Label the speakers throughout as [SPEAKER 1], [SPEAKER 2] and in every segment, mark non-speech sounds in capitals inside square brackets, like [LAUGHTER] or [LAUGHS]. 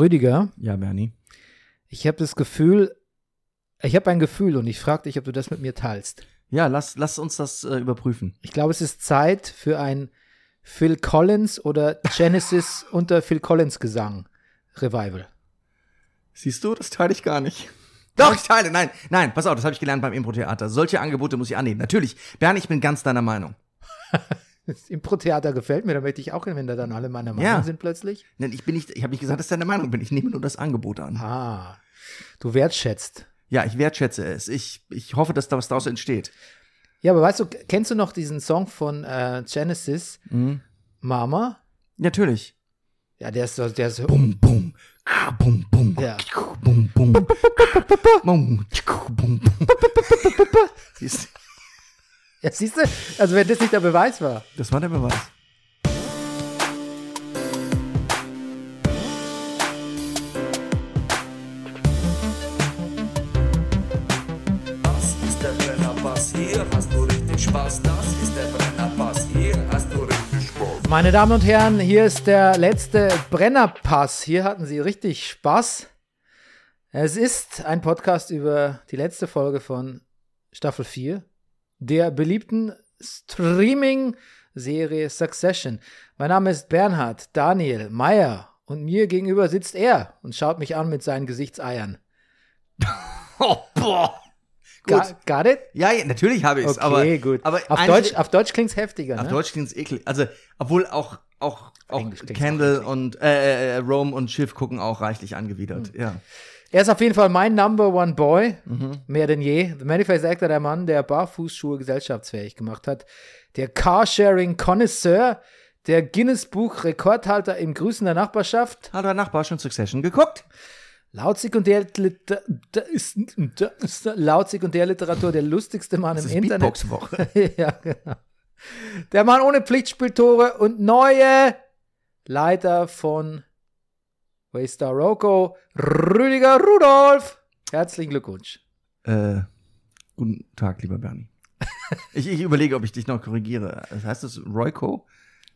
[SPEAKER 1] Rüdiger,
[SPEAKER 2] Ja, Bernie.
[SPEAKER 1] ich habe das Gefühl, ich habe ein Gefühl und ich frage dich, ob du das mit mir teilst.
[SPEAKER 2] Ja, lass, lass uns das äh, überprüfen.
[SPEAKER 1] Ich glaube, es ist Zeit für ein Phil Collins oder Genesis unter Phil Collins Gesang Revival.
[SPEAKER 2] Siehst du, das teile ich gar nicht. [LAUGHS] Doch, ich teile. Nein, nein, pass auf, das habe ich gelernt beim Impro-Theater. Solche Angebote muss ich annehmen. Natürlich, Bernie, ich bin ganz deiner Meinung.
[SPEAKER 1] Das Impro-Theater gefällt mir, da möchte ich auch hin, wenn da dann alle meiner Meinung
[SPEAKER 2] Ja.
[SPEAKER 1] sind plötzlich.
[SPEAKER 2] Denn ich bin nicht, ich habe nicht gesagt, dass ich deiner Meinung bin. Ich nehme nur das Angebot an.
[SPEAKER 1] Ah, du wertschätzt.
[SPEAKER 2] Ja, ich wertschätze es. Ich, ich hoffe, dass da was daraus entsteht.
[SPEAKER 1] Ja, aber weißt du, kennst du noch diesen Song von äh, Genesis,
[SPEAKER 2] Mhm.
[SPEAKER 1] Mama?
[SPEAKER 2] Natürlich.
[SPEAKER 1] Ja, der ist, so- [LAUGHS] der ist
[SPEAKER 2] Bum, bum. Ah, Bum, bum.
[SPEAKER 1] Ja.
[SPEAKER 2] Bum, bum. Bum, [LAUGHS] bum. Siehst du?
[SPEAKER 1] Ja, siehst du? Also wenn das nicht der Beweis war.
[SPEAKER 2] Das war der Beweis.
[SPEAKER 3] Das ist der Brennerpass, hier hast du richtig Spaß. Das ist der Brennerpass, hier hast du richtig Spaß.
[SPEAKER 1] Meine Damen und Herren, hier ist der letzte Brennerpass. Hier hatten Sie richtig Spaß. Es ist ein Podcast über die letzte Folge von Staffel 4 der beliebten Streaming-Serie Succession. Mein Name ist Bernhard Daniel Meyer und mir gegenüber sitzt er und schaut mich an mit seinen Gesichtseiern.
[SPEAKER 2] Oh, boah. Gut.
[SPEAKER 1] Ga- Got it?
[SPEAKER 2] Ja, ja natürlich habe ich es.
[SPEAKER 1] Okay,
[SPEAKER 2] aber,
[SPEAKER 1] gut.
[SPEAKER 2] Aber
[SPEAKER 1] auf,
[SPEAKER 2] eigentlich-
[SPEAKER 1] Deutsch, auf Deutsch klingt's heftiger,
[SPEAKER 2] Auf
[SPEAKER 1] ne?
[SPEAKER 2] Deutsch klingt es eklig. Also, obwohl auch, auch, auch
[SPEAKER 1] Englisch klingt's
[SPEAKER 2] Candle und äh, äh, Rome und Schiff gucken auch reichlich angewidert.
[SPEAKER 1] Hm.
[SPEAKER 2] Ja. Mhm.
[SPEAKER 1] Er ist auf jeden Fall mein Number One Boy, mehr denn je. The Manifest Actor, der Mann, der Barfußschuhe gesellschaftsfähig gemacht hat. Der carsharing connoisseur der Guinness-Buch-Rekordhalter im Grüßen der Nachbarschaft.
[SPEAKER 2] Hat der Nachbar schon Succession geguckt?
[SPEAKER 1] Laut Sekundärliter- da ist- da ist- laut Sekundärliteratur der lustigste Mann im
[SPEAKER 2] Das ist
[SPEAKER 1] Internet. [LAUGHS]
[SPEAKER 2] Beatbox-Woche.
[SPEAKER 1] ja, genau. Der Mann ohne Pflichtspieltore und neue Leiter von Waystar Rocco, Rüdiger Rudolf. Herzlichen Glückwunsch.
[SPEAKER 2] äh, guten Tag,
[SPEAKER 1] [LAUGHS]
[SPEAKER 2] lieber Bernie. ich, ich überlege, ob ich dich noch korrigiere. Das heißt es Royco?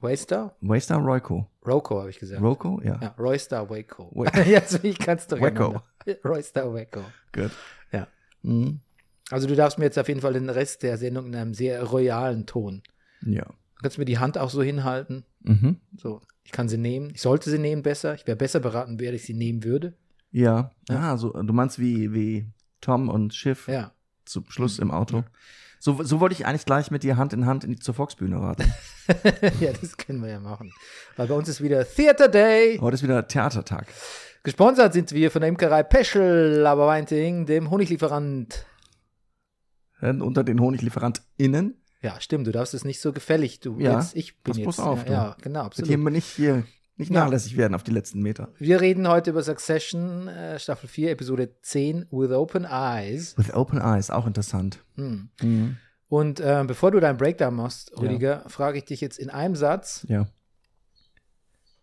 [SPEAKER 1] Waystar?
[SPEAKER 2] Waystar Royco?
[SPEAKER 1] Roko, habe ich gesagt.
[SPEAKER 2] Royco? Ja.
[SPEAKER 1] ja, Roystar Waco.
[SPEAKER 2] Wa-
[SPEAKER 1] [LAUGHS] Jetzt bin ich ganz durcheinander. [LAUGHS]
[SPEAKER 2] Waco.
[SPEAKER 1] Roystar Waco.
[SPEAKER 2] Gut.
[SPEAKER 1] Ja.
[SPEAKER 2] Mhm.
[SPEAKER 1] Also du darfst mir jetzt auf jeden Fall den Rest der Sendung in einem sehr royalen Ton.
[SPEAKER 2] Ja.
[SPEAKER 1] Du kannst mir die Hand auch so hinhalten.
[SPEAKER 2] Mhm.
[SPEAKER 1] So, ich kann sie nehmen. Ich sollte sie nehmen besser. Ich wäre besser beraten, wäre ich sie nehmen würde.
[SPEAKER 2] Ja. Ah, so, du meinst wie, wie Tom und Schiff
[SPEAKER 1] Ja. [LAUGHS]
[SPEAKER 2] zum Schluss im Auto. So, so wollte ich eigentlich gleich mit dir Hand in Hand in die, zur Volksbühne [LAUGHS] raten.
[SPEAKER 1] ja, das können wir ja machen. Weil bei uns ist wieder Theater Day.
[SPEAKER 2] Heute ist wieder Theatertag.
[SPEAKER 1] Gesponsert sind wir von der Imkerei Peschel, aber Weinting, dem Honiglieferant.
[SPEAKER 2] Äh, unter den HoniglieferantInnen.
[SPEAKER 1] Ja, stimmt, du darfst es nicht so gefällig. Du
[SPEAKER 2] Ja,
[SPEAKER 1] jetzt, ich bin
[SPEAKER 2] pass
[SPEAKER 1] jetzt.
[SPEAKER 2] bloß auf,
[SPEAKER 1] ja,
[SPEAKER 2] du.
[SPEAKER 1] ja, genau,
[SPEAKER 2] Mit
[SPEAKER 1] absolut.
[SPEAKER 2] denen wir nicht hier nicht
[SPEAKER 1] Ja.
[SPEAKER 2] nachlässig werden auf die letzten Meter.
[SPEAKER 1] Wir reden heute über Succession, äh, Staffel 4, Episode 10, With Open Eyes.
[SPEAKER 2] With Open Eyes, auch interessant.
[SPEAKER 1] Hm.
[SPEAKER 2] Mhm.
[SPEAKER 1] Und äh, bevor du deinen Breakdown machst,
[SPEAKER 2] Ja.
[SPEAKER 1] Rüdiger, frage ich dich jetzt in einem Satz,
[SPEAKER 2] Ja.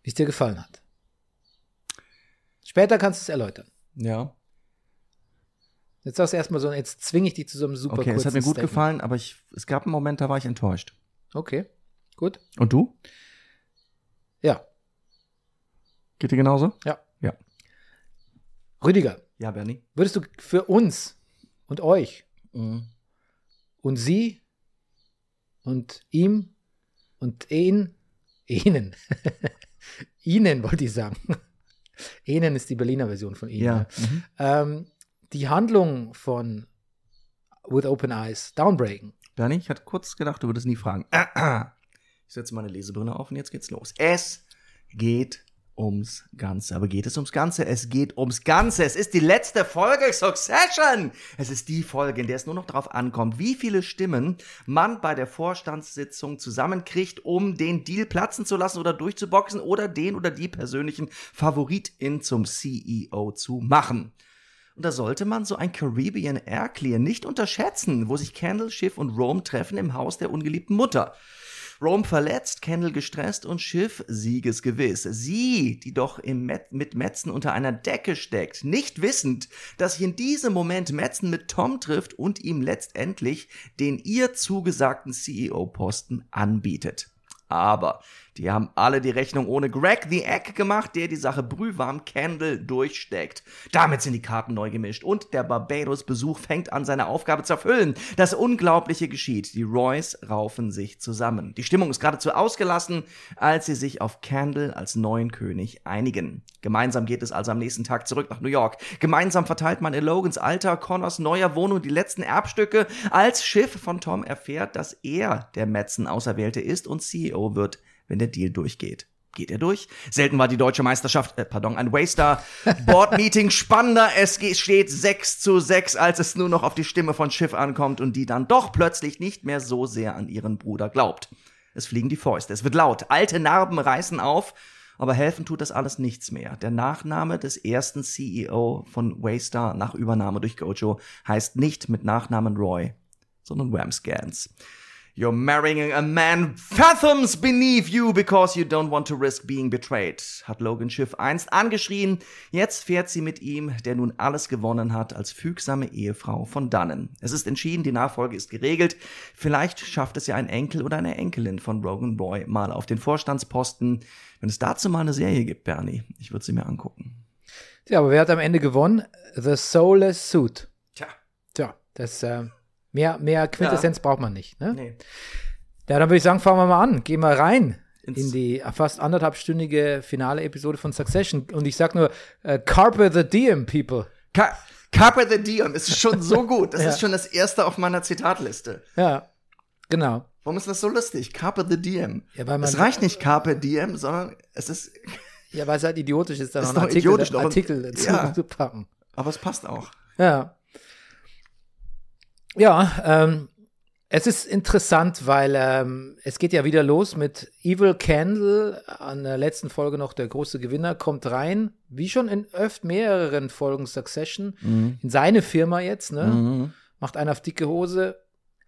[SPEAKER 1] wie es dir gefallen hat. Später kannst du es erläutern.
[SPEAKER 2] Ja.
[SPEAKER 1] Jetzt sagst du erstmal so, jetzt zwinge ich dich zu so einem super
[SPEAKER 2] Okay, es hat
[SPEAKER 1] kurzen
[SPEAKER 2] mir gut
[SPEAKER 1] Statement.
[SPEAKER 2] gefallen, aber ich, es gab einen Moment, da war ich enttäuscht.
[SPEAKER 1] Okay, gut.
[SPEAKER 2] Und du?
[SPEAKER 1] Ja,
[SPEAKER 2] Geht dir genauso?
[SPEAKER 1] Rüdiger,
[SPEAKER 2] Ja, Bernie.
[SPEAKER 1] würdest du für uns und euch
[SPEAKER 2] Mhm.
[SPEAKER 1] und sie und ihm und ihn, ihnen, [LAUGHS] ihnen wollte ich sagen. [LAUGHS] Ihnen ist die Berliner Version von ihnen.
[SPEAKER 2] Ja. Mhm.
[SPEAKER 1] Ähm, die Handlung von With Open Eyes downbreaken.
[SPEAKER 2] Bernie, ich hatte kurz gedacht, du würdest nie fragen. [CLEARS THROAT] Ich setze meine Lesebrille auf und jetzt geht's los. Es geht ums Ganze. Aber geht es ums Ganze? Es geht ums Ganze. Es ist die letzte Folge Succession. Es ist die Folge, in der es nur noch darauf ankommt, wie viele Stimmen man bei der Vorstandssitzung zusammenkriegt, um den Deal platzen zu lassen oder durchzuboxen oder den oder die persönlichen Favoritin zum CEO zu machen. Und da sollte man so ein Caribbean Air Clear nicht unterschätzen, wo sich Kendall, Schiff und Rome treffen im Haus der ungeliebten Mutter. Rome verletzt, Kendall gestresst und Schiff siegesgewiss. Sie, die doch im Met mit Metzen unter einer Decke steckt, nicht wissend, dass sich in diesem Moment Metzen mit Tom trifft und ihm E letztendlich den ihr zugesagten CEO-Posten anbietet. Aber Die haben alle die Rechnung ohne Greg the Egg gemacht, der die Sache brühwarm Candle durchsteckt. Damit sind die Karten neu gemischt und der Barbados-Besuch fängt an, seine Aufgabe zu erfüllen. Das Unglaubliche geschieht. Die Roys raufen sich zusammen. Die Stimmung ist geradezu ausgelassen, als sie sich auf Candle als neuen König einigen. Gemeinsam geht es also am nächsten Tag zurück nach New York. Gemeinsam verteilt man in Logans alter, Connors neuer Wohnung die letzten Erbstücke, als Schiff von Tom erfährt, dass er der Metzen Auserwählte ist und CEO wird, wenn der Deal durchgeht. Geht er durch? Selten war die deutsche Meisterschaft, äh, pardon, ein Waster. Board-Meeting spannender. Es ge- steht 6 zu 6, als es nur noch auf die Stimme von Schiff ankommt und die dann doch plötzlich nicht mehr so sehr an ihren Bruder glaubt. Es fliegen die Fäuste, es wird laut, alte Narben reißen auf, aber helfen tut das alles nichts mehr. Der Nachname des ersten CEO von Waystar nach Übernahme durch Gojo heißt nicht mit Nachnamen Roy, sondern Wamscans. You're marrying a man fathoms beneath you because you don't want to risk being betrayed, hat Logan Schiff einst angeschrien. Jetzt fährt sie mit ihm, der nun alles gewonnen hat, als fügsame Ehefrau von Dannen. Es ist entschieden, die Nachfolge ist geregelt. Vielleicht schafft es ja ein Enkel oder eine Enkelin von Logan Roy mal auf den Vorstandsposten. Wenn es dazu mal eine Serie gibt, Bernie, ich würde sie mir angucken.
[SPEAKER 1] Tja, aber wer hat am Ende gewonnen? The Soulless Suit.
[SPEAKER 2] Tja.
[SPEAKER 1] Tja, das, äh, mehr, mehr Quintessenz braucht man nicht. Ne?
[SPEAKER 2] Nee.
[SPEAKER 1] Ja, dann würde ich sagen, fangen wir mal an. Gehen wir rein
[SPEAKER 2] Ins-
[SPEAKER 1] in die fast anderthalbstündige finale Episode von Succession. Und ich sag nur, äh, Carpe the Diem, people.
[SPEAKER 2] Car Carpe the Diem ist schon so gut. Das
[SPEAKER 1] Ja.
[SPEAKER 2] ist schon das erste auf meiner Zitatliste.
[SPEAKER 1] Ja, genau.
[SPEAKER 2] Warum ist das so lustig? Carpe the Diem.
[SPEAKER 1] Ja, weil man-
[SPEAKER 2] es reicht nicht Carpe Diem, sondern es ist,
[SPEAKER 1] Ja, weil es halt idiotisch ist, da
[SPEAKER 2] Ist
[SPEAKER 1] noch einen
[SPEAKER 2] doch
[SPEAKER 1] Artikel,
[SPEAKER 2] idiotisch, doch.
[SPEAKER 1] Artikel dazu
[SPEAKER 2] Ja.
[SPEAKER 1] zu packen.
[SPEAKER 2] aber es passt auch.
[SPEAKER 1] Ja. Ja, ähm, es ist interessant, weil ähm, es geht ja wieder los mit Evil Candle, an der letzten Folge noch der große Gewinner, kommt rein, wie schon in öft mehreren Folgen Succession, in seine Firma jetzt, ne?
[SPEAKER 2] Mhm.
[SPEAKER 1] macht einer auf dicke Hose,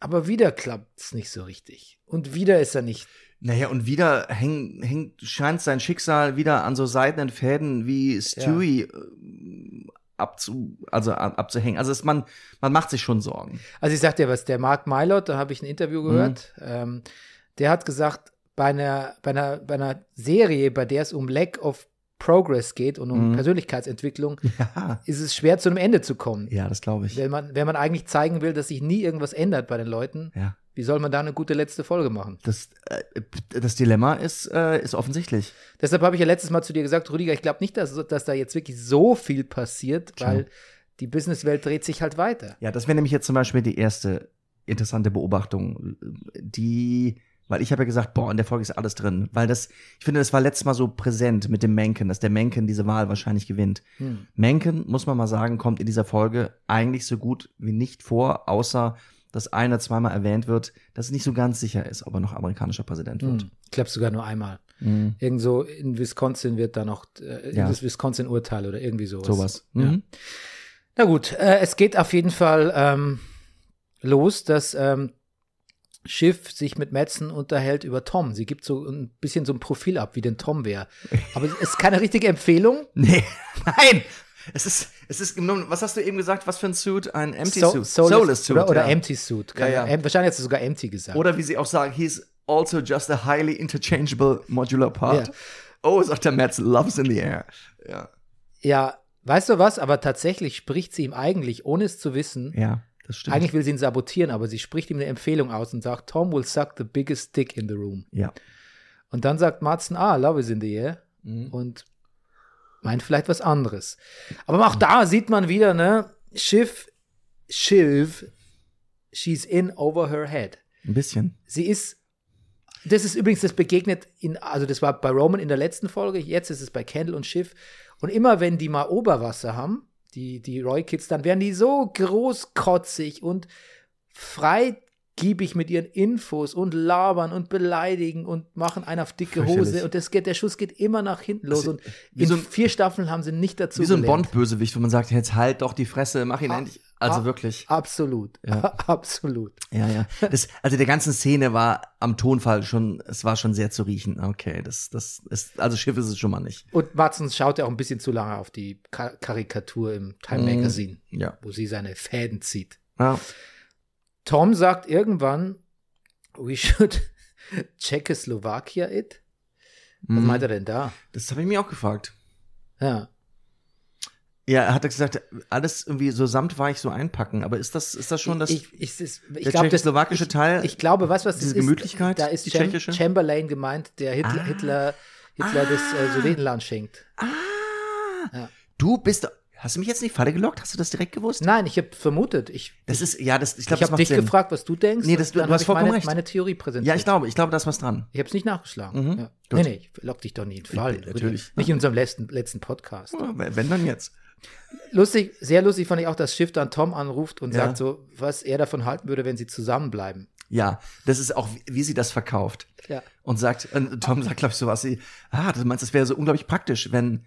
[SPEAKER 1] aber wieder klappt es nicht so richtig. Und wieder ist er nicht.
[SPEAKER 2] Naja, und wieder häng, hängt, scheint sein Schicksal wieder an so seidenen Fäden wie Stewie ähm, abzu, also ab- abzuhängen. Also es, man, man macht sich
[SPEAKER 1] [LAUGHS]
[SPEAKER 2] schon Sorgen.
[SPEAKER 1] Also ich sag dir was, der Mark Mylot, da habe ich ein Interview
[SPEAKER 2] Mhm.
[SPEAKER 1] gehört, ähm, der hat gesagt, bei einer, bei, einer, bei einer Serie, bei der es um Lack of Progress geht und um
[SPEAKER 2] Mhm.
[SPEAKER 1] Persönlichkeitsentwicklung,
[SPEAKER 2] Ja,
[SPEAKER 1] ist es schwer, zu einem Ende zu kommen.
[SPEAKER 2] ja das glaube ich.
[SPEAKER 1] Wenn, man, wenn man eigentlich zeigen will, dass sich nie irgendwas ändert bei den Leuten,
[SPEAKER 2] Ja.
[SPEAKER 1] wie soll man da eine gute letzte Folge machen?
[SPEAKER 2] Das, äh, das Dilemma ist, äh, ist offensichtlich.
[SPEAKER 1] Deshalb habe ich ja letztes Mal zu dir gesagt, Rüdiger, ich glaube nicht, dass, dass da jetzt wirklich so viel passiert,
[SPEAKER 2] Tja.
[SPEAKER 1] weil die Businesswelt dreht sich halt weiter.
[SPEAKER 2] Ja, das wäre nämlich jetzt zum Beispiel die erste interessante Beobachtung, die, weil ich habe ja gesagt, boah, in der Folge ist alles drin, weil das, ich finde, das war letztes Mal so präsent mit dem Menken, dass der Menken diese Wahl wahrscheinlich gewinnt.
[SPEAKER 1] Hm.
[SPEAKER 2] Menken, muss man mal sagen, kommt in dieser Folge eigentlich so gut wie nicht vor, außer dass ein oder zweimal erwähnt wird, dass es nicht so ganz sicher ist, ob er noch amerikanischer Präsident wird.
[SPEAKER 1] Hm. Ich glaube sogar nur einmal.
[SPEAKER 2] Mhm.
[SPEAKER 1] Irgend so in Wisconsin wird da noch äh,
[SPEAKER 2] Ja.
[SPEAKER 1] in das Wisconsin-Urteil oder irgendwie sowas.
[SPEAKER 2] Sowas. Mhm.
[SPEAKER 1] Na gut, äh, es geht auf jeden Fall ähm, los, dass ähm, Schiff sich mit Madsen unterhält über Tom. Sie gibt so ein bisschen so ein Profil ab, wie denn Tom
[SPEAKER 2] [LAUGHS]
[SPEAKER 1] wäre. Aber es ist keine richtige Empfehlung.
[SPEAKER 2] Nee, [LAUGHS] nein! Es ist, es ist, genommen- was hast du eben gesagt, was für ein Suit? Ein Empty
[SPEAKER 1] So-
[SPEAKER 2] Suit.
[SPEAKER 1] Soulless,
[SPEAKER 2] Suit.
[SPEAKER 1] Oder, oder
[SPEAKER 2] ja.
[SPEAKER 1] Empty Suit. Keine-
[SPEAKER 2] Ja, ja.
[SPEAKER 1] em- wahrscheinlich hast du sogar Empty gesagt.
[SPEAKER 2] Oder wie sie auch sagen, he's also just a highly interchangeable modular part.
[SPEAKER 1] Ja.
[SPEAKER 2] Oh, sagt der Metz, love's in the air. Ja,
[SPEAKER 1] ja, weißt du was? Aber tatsächlich spricht sie ihm eigentlich, ohne es zu wissen,
[SPEAKER 2] ja das stimmt.
[SPEAKER 1] eigentlich will sie ihn sabotieren, aber sie spricht ihm eine Empfehlung aus und sagt, Tom will suck the biggest dick in the room.
[SPEAKER 2] ja.
[SPEAKER 1] Und dann sagt Marzen, ah, love is in the air.
[SPEAKER 2] Mhm.
[SPEAKER 1] und meint vielleicht was anderes. Aber auch da sieht man wieder, ne, Schiff, Schiff, she's in over her head.
[SPEAKER 2] Ein bisschen.
[SPEAKER 1] Sie ist, das ist übrigens, das begegnet in, also das war bei Roman in der letzten Folge, jetzt ist es bei Kendall und Schiff. Und immer wenn die mal Oberwasser haben, die, die Roy-Kids, dann werden die so großkotzig und freigiebig mit ihren Infos und labern und beleidigen und machen einen auf dicke
[SPEAKER 2] Fürchterlich.
[SPEAKER 1] Hose. Und das geht, der Schuss geht immer nach hinten los.
[SPEAKER 2] Also,
[SPEAKER 1] und
[SPEAKER 2] wie
[SPEAKER 1] in
[SPEAKER 2] so ein-
[SPEAKER 1] vier Staffeln haben sie nicht dazu
[SPEAKER 2] Wie so ein
[SPEAKER 1] gelernt.
[SPEAKER 2] Bond-Bösewicht, wo man sagt, jetzt halt doch die Fresse, mach ihn
[SPEAKER 1] Ah,
[SPEAKER 2] endlich. Also
[SPEAKER 1] ah.
[SPEAKER 2] wirklich.
[SPEAKER 1] Absolut,
[SPEAKER 2] Ja.
[SPEAKER 1] [LAUGHS] absolut.
[SPEAKER 2] Ja, ja. Das, also der ganzen Szene war am Tonfall schon, es war schon sehr zu riechen. Okay, das, das ist, also Schiff ist es schon mal nicht.
[SPEAKER 1] Und Watson schaut ja auch ein bisschen zu lange auf die Ka Karikatur im Time
[SPEAKER 2] Mhm.
[SPEAKER 1] Magazine.
[SPEAKER 2] Ja.
[SPEAKER 1] wo sie seine Fäden zieht.
[SPEAKER 2] ja.
[SPEAKER 1] [LAUGHS] Tom sagt irgendwann, we should Czechoslovakia it. Was
[SPEAKER 2] Mhm.
[SPEAKER 1] meint er denn da?
[SPEAKER 2] Das habe ich mir auch gefragt.
[SPEAKER 1] Ja.
[SPEAKER 2] Ja, er hat gesagt, alles irgendwie so samtweich so einpacken. Aber ist das, ist das schon das,
[SPEAKER 1] ich, ich, ich, ich
[SPEAKER 2] der
[SPEAKER 1] glaub, das-
[SPEAKER 2] tschechoslowakische Teil?
[SPEAKER 1] Ich glaube, was was das
[SPEAKER 2] Diese
[SPEAKER 1] ist,
[SPEAKER 2] Gemütlichkeit,
[SPEAKER 1] da ist
[SPEAKER 2] die
[SPEAKER 1] Cham
[SPEAKER 2] tschechische?
[SPEAKER 1] Chamberlain gemeint, der Hitler
[SPEAKER 2] Ah.
[SPEAKER 1] Hitler, Hitler das äh, Sudetenland schenkt.
[SPEAKER 2] ah,
[SPEAKER 1] Ja.
[SPEAKER 2] du bist, hast du mich jetzt in die Falle gelockt? Hast du das direkt gewusst?
[SPEAKER 1] Nein, ich habe vermutet. Ich,
[SPEAKER 2] Das ist, ja, das, ich
[SPEAKER 1] ich,
[SPEAKER 2] glaube, das
[SPEAKER 1] habe
[SPEAKER 2] macht
[SPEAKER 1] dich
[SPEAKER 2] Sinn.
[SPEAKER 1] gefragt, was du denkst.
[SPEAKER 2] Nee, das-
[SPEAKER 1] und
[SPEAKER 2] du-
[SPEAKER 1] dann
[SPEAKER 2] du hast
[SPEAKER 1] hab ich
[SPEAKER 2] vollkommen
[SPEAKER 1] meine,
[SPEAKER 2] recht.
[SPEAKER 1] meine Theorie präsentiert.
[SPEAKER 2] Ja, ich glaube, ich glaube, da ist was dran.
[SPEAKER 1] Ich habe es nicht nachgeschlagen.
[SPEAKER 2] Mhm,
[SPEAKER 1] Ja.
[SPEAKER 2] gut.
[SPEAKER 1] Nee, nee, ich lock dich doch nie in den Fall.
[SPEAKER 2] bin- natürlich.
[SPEAKER 1] Nicht in unserem letzten, letzten Podcast.
[SPEAKER 2] Ja, Wenn dann jetzt.
[SPEAKER 1] Lustig, sehr lustig fand ich auch, dass Schiff dann Tom anruft und
[SPEAKER 2] Ja.
[SPEAKER 1] sagt so, was er davon halten würde, wenn sie zusammenbleiben.
[SPEAKER 2] Ja, das ist auch, wie- wie sie das verkauft.
[SPEAKER 1] Ja.
[SPEAKER 2] Und sagt, und Tom sagt, glaube ich, sowas wie, ah, du meinst, das wäre so unglaublich praktisch, wenn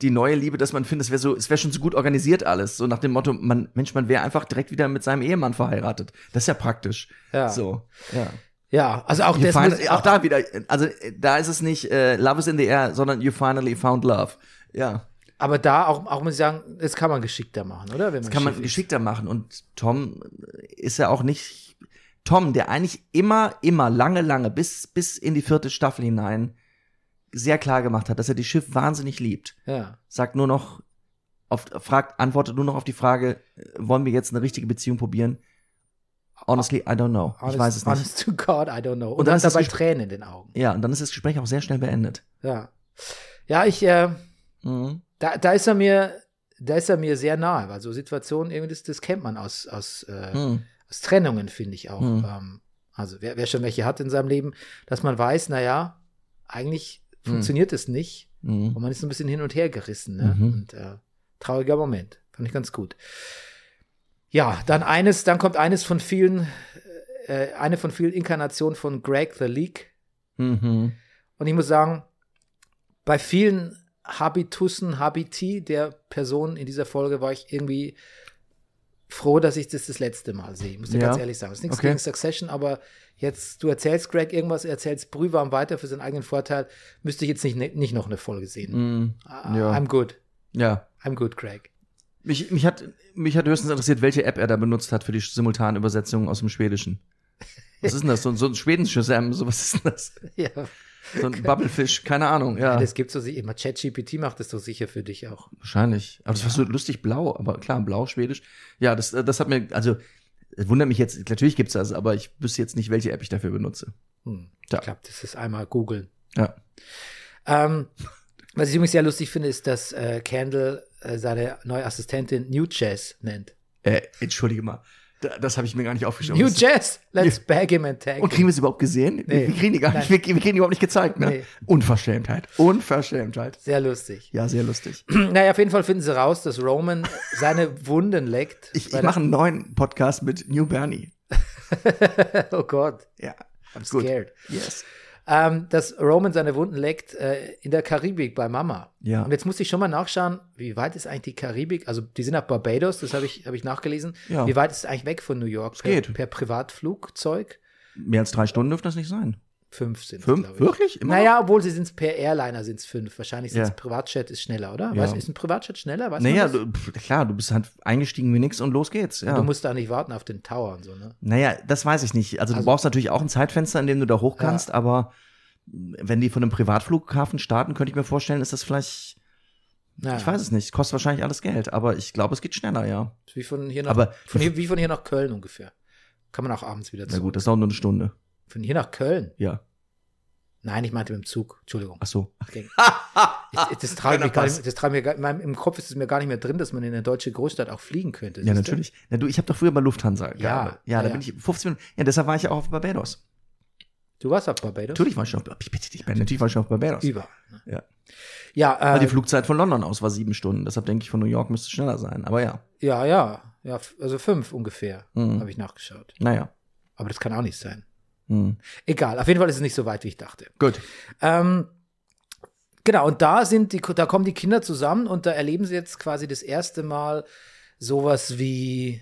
[SPEAKER 2] die neue Liebe, dass man findet, es wäre so, es wäre schon so gut organisiert alles. So nach dem Motto, man, Mensch, man wäre einfach direkt wieder mit seinem Ehemann verheiratet. Das ist ja praktisch.
[SPEAKER 1] Ja.
[SPEAKER 2] So. Ja.
[SPEAKER 1] Ja, also auch
[SPEAKER 2] You
[SPEAKER 1] das
[SPEAKER 2] find,
[SPEAKER 1] muss,
[SPEAKER 2] auch da wieder, also äh, da ist es nicht äh, Love is in the air, sondern you finally found love. Ja.
[SPEAKER 1] aber da auch, auch muss ich sagen, das kann man geschickter machen, oder? Wenn man
[SPEAKER 2] Das kann man
[SPEAKER 1] Schiff-
[SPEAKER 2] geschickter machen. Und Tom ist ja auch nicht. Tom, der eigentlich immer, immer, lange, lange, bis, bis in die vierte Staffel hinein sehr klar gemacht hat, dass er das Schiff wahnsinnig liebt.
[SPEAKER 1] ja.
[SPEAKER 2] Sagt nur noch, auf, fragt, antwortet nur noch auf die Frage, äh, wollen wir jetzt eine richtige Beziehung probieren? Honestly, I don't know.
[SPEAKER 1] Honest,
[SPEAKER 2] ich weiß es nicht.
[SPEAKER 1] Honest to God, I don't know. Und,
[SPEAKER 2] dann
[SPEAKER 1] dann
[SPEAKER 2] ist
[SPEAKER 1] hat
[SPEAKER 2] das
[SPEAKER 1] dabei
[SPEAKER 2] Gespr-
[SPEAKER 1] Tränen in den Augen.
[SPEAKER 2] Ja, und dann ist das Gespräch auch sehr schnell beendet.
[SPEAKER 1] Ja. Ja, ich, äh,
[SPEAKER 2] Mhm.
[SPEAKER 1] da, da ist er mir, da ist er mir sehr nahe, weil so Situationen, irgendwie, das, das kennt man aus, aus, äh,
[SPEAKER 2] Mhm.
[SPEAKER 1] aus Trennungen, finde ich auch.
[SPEAKER 2] Mhm.
[SPEAKER 1] Ähm, also wer, wer schon welche hat in seinem Leben, dass man weiß, naja, eigentlich
[SPEAKER 2] Mhm.
[SPEAKER 1] funktioniert es nicht. Und
[SPEAKER 2] Mhm.
[SPEAKER 1] man ist so ein bisschen hin und her gerissen. Ne?
[SPEAKER 2] Mhm.
[SPEAKER 1] Und äh, trauriger Moment. Fand ich ganz gut. Ja, dann eines, dann kommt eines von vielen, äh, eine von vielen Inkarnationen von Greg the Leak.
[SPEAKER 2] Mhm.
[SPEAKER 1] Und ich muss sagen, bei vielen Habitussen, Habiti der Personen in dieser Folge war ich irgendwie froh, dass ich das das letzte Mal sehe. Ich muss dir
[SPEAKER 2] Ja.
[SPEAKER 1] ganz ehrlich sagen. Es ist nichts
[SPEAKER 2] Okay.
[SPEAKER 1] gegen Succession, aber jetzt, du erzählst Greg irgendwas, er erzählst brühwarm weiter für seinen eigenen Vorteil, müsste ich jetzt nicht, ne, nicht noch eine Folge sehen.
[SPEAKER 2] Mhm.
[SPEAKER 1] I-
[SPEAKER 2] Ja.
[SPEAKER 1] I'm good.
[SPEAKER 2] Ja.
[SPEAKER 1] I'm good, Greg. [LAUGHS]
[SPEAKER 2] Mich, mich, hat, mich hat höchstens interessiert, welche App er da benutzt hat für die simultanen Übersetzungen aus dem Schwedischen. Was ist denn das? So, ein- so ein Schweden-Shazam, so was ist denn das?
[SPEAKER 1] Ja,
[SPEAKER 2] So ein Bubblefish, keine Ahnung, ja.
[SPEAKER 1] das gibt so sich immer. ChatGPT macht das doch sicher für dich auch.
[SPEAKER 2] Wahrscheinlich. Aber das war so lustig blau, aber klar, blau, schwedisch. Ja, das, äh, das hat mir, also, äh, wundert mich jetzt, natürlich gibt's das, aber ich wüsste jetzt nicht, welche App ich dafür benutze.
[SPEAKER 1] Hm.
[SPEAKER 2] Ja.
[SPEAKER 1] Ich glaube, das ist einmal googeln.
[SPEAKER 2] Ja.
[SPEAKER 1] Ähm, was ich übrigens sehr lustig finde, ist, dass äh, Candle äh, seine neue Assistentin New Jazz nennt.
[SPEAKER 2] Äh, entschuldige mal. Da, das habe ich mir gar nicht aufgeschrieben.
[SPEAKER 1] New
[SPEAKER 2] Das-
[SPEAKER 1] Jazz! Let's bag him and tag
[SPEAKER 2] Und kriegen wir es überhaupt gesehen?
[SPEAKER 1] Nee.
[SPEAKER 2] Wir, kriegen die gar nicht, wir, wir kriegen die überhaupt nicht gezeigt, ne?
[SPEAKER 1] Nee.
[SPEAKER 2] Unverschämtheit. Unverschämtheit.
[SPEAKER 1] Sehr lustig. [CLEARS THROAT]
[SPEAKER 2] Ja, sehr lustig.
[SPEAKER 1] Naja, auf jeden Fall finden sie raus, dass Roman seine Wunden leckt.
[SPEAKER 2] Ich,
[SPEAKER 1] Weil
[SPEAKER 2] ich
[SPEAKER 1] er-
[SPEAKER 2] mache einen neuen Podcast mit New Bernie.
[SPEAKER 1] [LAUGHS] oh Gott,
[SPEAKER 2] Ja, I'm
[SPEAKER 1] Gut. scared.
[SPEAKER 2] Yes.
[SPEAKER 1] Ähm, dass Roman seine Wunden leckt äh, in der Karibik bei Mama.
[SPEAKER 2] Ja.
[SPEAKER 1] Und jetzt musste ich schon mal nachschauen, wie weit ist eigentlich die Karibik? Also die sind nach Barbados, das habe ich, hab ich nachgelesen.
[SPEAKER 2] Ja.
[SPEAKER 1] Wie weit ist es eigentlich weg von New York? Per,
[SPEAKER 2] geht.
[SPEAKER 1] per Privatflugzeug?
[SPEAKER 2] Mehr als drei Stunden dürfen das nicht sein.
[SPEAKER 1] Fünf sind es,
[SPEAKER 2] Fünf?
[SPEAKER 1] glaube ich.
[SPEAKER 2] Wirklich? Immer
[SPEAKER 1] Naja, obwohl sie sind es per Airliner sind es fünf. Wahrscheinlich sind es
[SPEAKER 2] Ja.
[SPEAKER 1] Privatjet ist schneller, oder?
[SPEAKER 2] Ja.
[SPEAKER 1] Weißt, du, ist ein Privatjet schneller? Weißt
[SPEAKER 2] noch? Naja,
[SPEAKER 1] man das?
[SPEAKER 2] du, pf, klar, du bist halt eingestiegen wie nix und los geht's. Ja.
[SPEAKER 1] du musst da nicht warten auf den Tower und so, ne?
[SPEAKER 2] naja, das weiß ich nicht. Also, du
[SPEAKER 1] Also-
[SPEAKER 2] brauchst natürlich auch ein Zeitfenster, in dem du da hoch
[SPEAKER 1] Ja.
[SPEAKER 2] kannst, aber wenn die von einem Privatflughafen starten, könnte ich mir vorstellen, ist das vielleicht,
[SPEAKER 1] Naja,
[SPEAKER 2] ich weiß es nicht, kostet wahrscheinlich alles Geld, aber ich glaube, es geht schneller, ja.
[SPEAKER 1] Wie von hier nach,
[SPEAKER 2] Aber-
[SPEAKER 1] von hier, wie von hier nach Köln ungefähr. Kann man auch abends wieder
[SPEAKER 2] Na
[SPEAKER 1] zurück.
[SPEAKER 2] gut, das dauert nur eine Stunde.
[SPEAKER 1] Von hier nach Köln?
[SPEAKER 2] Ja.
[SPEAKER 1] Nein, ich meinte mit dem Zug. Entschuldigung.
[SPEAKER 2] Ach so.
[SPEAKER 1] Okay.
[SPEAKER 2] Ah,
[SPEAKER 1] Ich- ich- Das traue
[SPEAKER 2] Kölner
[SPEAKER 1] mich gar
[SPEAKER 2] Pass.
[SPEAKER 1] nicht, das traue mir gar, in meinem, im Kopf ist es mir gar nicht mehr drin, dass man in eine deutsche Großstadt auch fliegen könnte.
[SPEAKER 2] Ja,
[SPEAKER 1] siehst du?
[SPEAKER 2] natürlich. Na du, ich habe doch früher bei Lufthansa gearbeitet. Ja,
[SPEAKER 1] ja,
[SPEAKER 2] da
[SPEAKER 1] ja.
[SPEAKER 2] bin ich 15 Minuten. Ja, deshalb war ich ja auch auf Barbados.
[SPEAKER 1] Du warst auf Barbados?
[SPEAKER 2] Natürlich war ich schon auf, ich bitte dich, Ben, natürlich war ich schon auf Barbados.
[SPEAKER 1] Über.
[SPEAKER 2] Ja.
[SPEAKER 1] Ja,
[SPEAKER 2] Aber
[SPEAKER 1] äh,
[SPEAKER 2] die Flugzeit von London aus war sieben Stunden. Deshalb denke ich, von New York müsste es schneller sein. Aber ja,
[SPEAKER 1] ja, ja, ja. f- Also fünf ungefähr
[SPEAKER 2] Mhm.
[SPEAKER 1] habe ich nachgeschaut.
[SPEAKER 2] naja.
[SPEAKER 1] Aber das kann auch nicht sein.
[SPEAKER 2] Hm.
[SPEAKER 1] Egal, auf jeden Fall ist es nicht so weit, wie ich dachte.
[SPEAKER 2] Gut.
[SPEAKER 1] Ähm, genau, und da sind die, da kommen die Kinder zusammen und da erleben sie jetzt quasi das erste Mal sowas wie,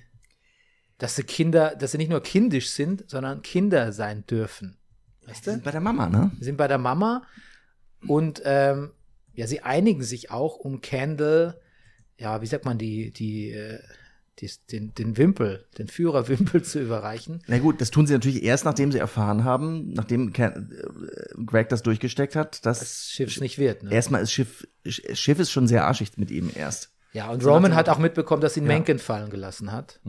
[SPEAKER 1] dass sie Kinder, dass sie nicht nur kindisch sind, sondern Kinder sein dürfen. Weißt
[SPEAKER 2] Wir
[SPEAKER 1] du?
[SPEAKER 2] sind bei der Mama, ne?
[SPEAKER 1] Sie sind bei der Mama und ähm, ja, sie einigen sich auch um Candle, ja, wie sagt man, die, die, äh, dies, den, den Wimpel, den Führerwimpel [LAUGHS] zu überreichen.
[SPEAKER 2] Na gut, das tun sie natürlich erst, nachdem sie erfahren haben, nachdem Ken, äh, Greg das durchgesteckt hat, dass
[SPEAKER 1] Das Schiffs nicht wird. Ne?
[SPEAKER 2] erstmal ist Schiff, Sch- Schiff ist schon sehr arschig mit ihm erst.
[SPEAKER 1] Ja, und Roman
[SPEAKER 2] nachdem-
[SPEAKER 1] hat auch mitbekommen, dass ihn
[SPEAKER 2] Ja.
[SPEAKER 1] Mencken fallen gelassen hat.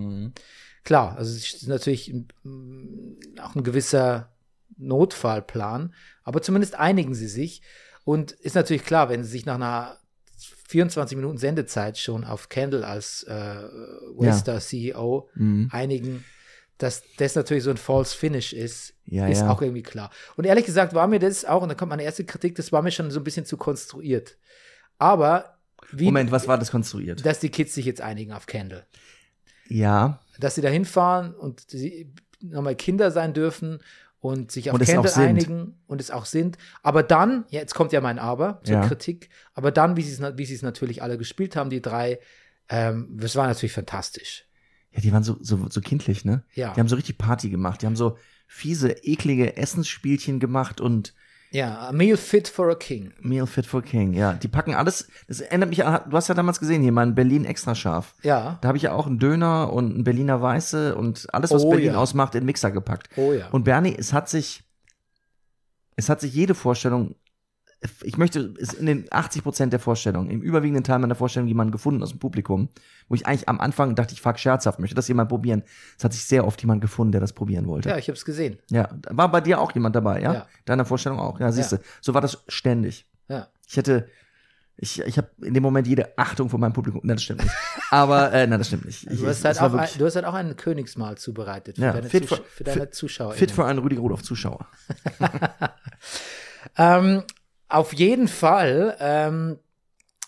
[SPEAKER 1] Klar, also es ist natürlich mm, auch ein gewisser Notfallplan, aber zumindest einigen sie sich. Und ist natürlich klar, wenn sie sich nach einer 24 Minuten Sendezeit schon auf Kendall als äh, Waster CEO
[SPEAKER 2] Mhm.
[SPEAKER 1] einigen, dass das natürlich so ein False Finish ist,
[SPEAKER 2] Ja,
[SPEAKER 1] ist
[SPEAKER 2] ja.
[SPEAKER 1] auch irgendwie klar. Und ehrlich gesagt war mir das auch, und da kommt meine erste Kritik, das war mir schon so ein bisschen zu konstruiert. Aber wie,
[SPEAKER 2] Moment, was war das konstruiert?
[SPEAKER 1] dass die Kids sich jetzt einigen auf Kendall.
[SPEAKER 2] ja,
[SPEAKER 1] Dass sie da hinfahren und sie nochmal Kinder sein dürfen und sich auf
[SPEAKER 2] Und es
[SPEAKER 1] Kendall
[SPEAKER 2] auch sind.
[SPEAKER 1] einigen und es auch sind. Aber dann, ja, jetzt kommt ja mein Aber zur
[SPEAKER 2] Ja.
[SPEAKER 1] Kritik, aber dann, wie sie es na- wie sie es natürlich alle gespielt haben, die drei, ähm, das war natürlich fantastisch.
[SPEAKER 2] ja, die waren so, so, so kindlich, ne?
[SPEAKER 1] Ja.
[SPEAKER 2] Die haben so richtig Party gemacht. Die haben so fiese, eklige Essensspielchen gemacht und
[SPEAKER 1] Ja, a meal fit for a king.
[SPEAKER 2] Meal Fit for King, ja. Die packen alles. Das erinnert mich an, du hast ja damals gesehen hier, mein Berlin extra scharf.
[SPEAKER 1] Ja.
[SPEAKER 2] Da habe ich ja auch einen Döner und einen Berliner Weiße und alles, was
[SPEAKER 1] Oh,
[SPEAKER 2] Berlin
[SPEAKER 1] ja.
[SPEAKER 2] ausmacht, in den Mixer gepackt.
[SPEAKER 1] Oh ja.
[SPEAKER 2] Und Bernie, es hat sich, es hat sich jede Vorstellung, ich möchte, es in den 80 Prozent der Vorstellung, im überwiegenden Teil meiner Vorstellung jemanden gefunden aus dem Publikum, wo ich eigentlich am Anfang dachte, ich frag scherzhaft, möchte das jemand probieren. Es hat sich sehr oft jemand gefunden, der das probieren wollte.
[SPEAKER 1] ja, ich habe es gesehen.
[SPEAKER 2] Ja, war bei dir auch jemand dabei, ja?
[SPEAKER 1] Ja.
[SPEAKER 2] Deiner Vorstellung auch. Ja, siehst du. So war das ständig.
[SPEAKER 1] Ja.
[SPEAKER 2] Ich hätte, ich, ich habe in dem Moment jede Achtung von meinem Publikum. Nein, das stimmt nicht. Aber, äh, nein, das stimmt nicht. Ich,
[SPEAKER 1] Du hast,
[SPEAKER 2] ich-
[SPEAKER 1] halt
[SPEAKER 2] es war
[SPEAKER 1] auch ein,
[SPEAKER 2] wirklich
[SPEAKER 1] du hast halt auch einen Königsmahl zubereitet für
[SPEAKER 2] Ja,
[SPEAKER 1] deine,
[SPEAKER 2] fit
[SPEAKER 1] Zusch
[SPEAKER 2] for-
[SPEAKER 1] für deine
[SPEAKER 2] fit-
[SPEAKER 1] Zuschauer.
[SPEAKER 2] fit für einen Rüdiger Rudolph-Zuschauer.
[SPEAKER 1] Ähm, auf jeden Fall ähm,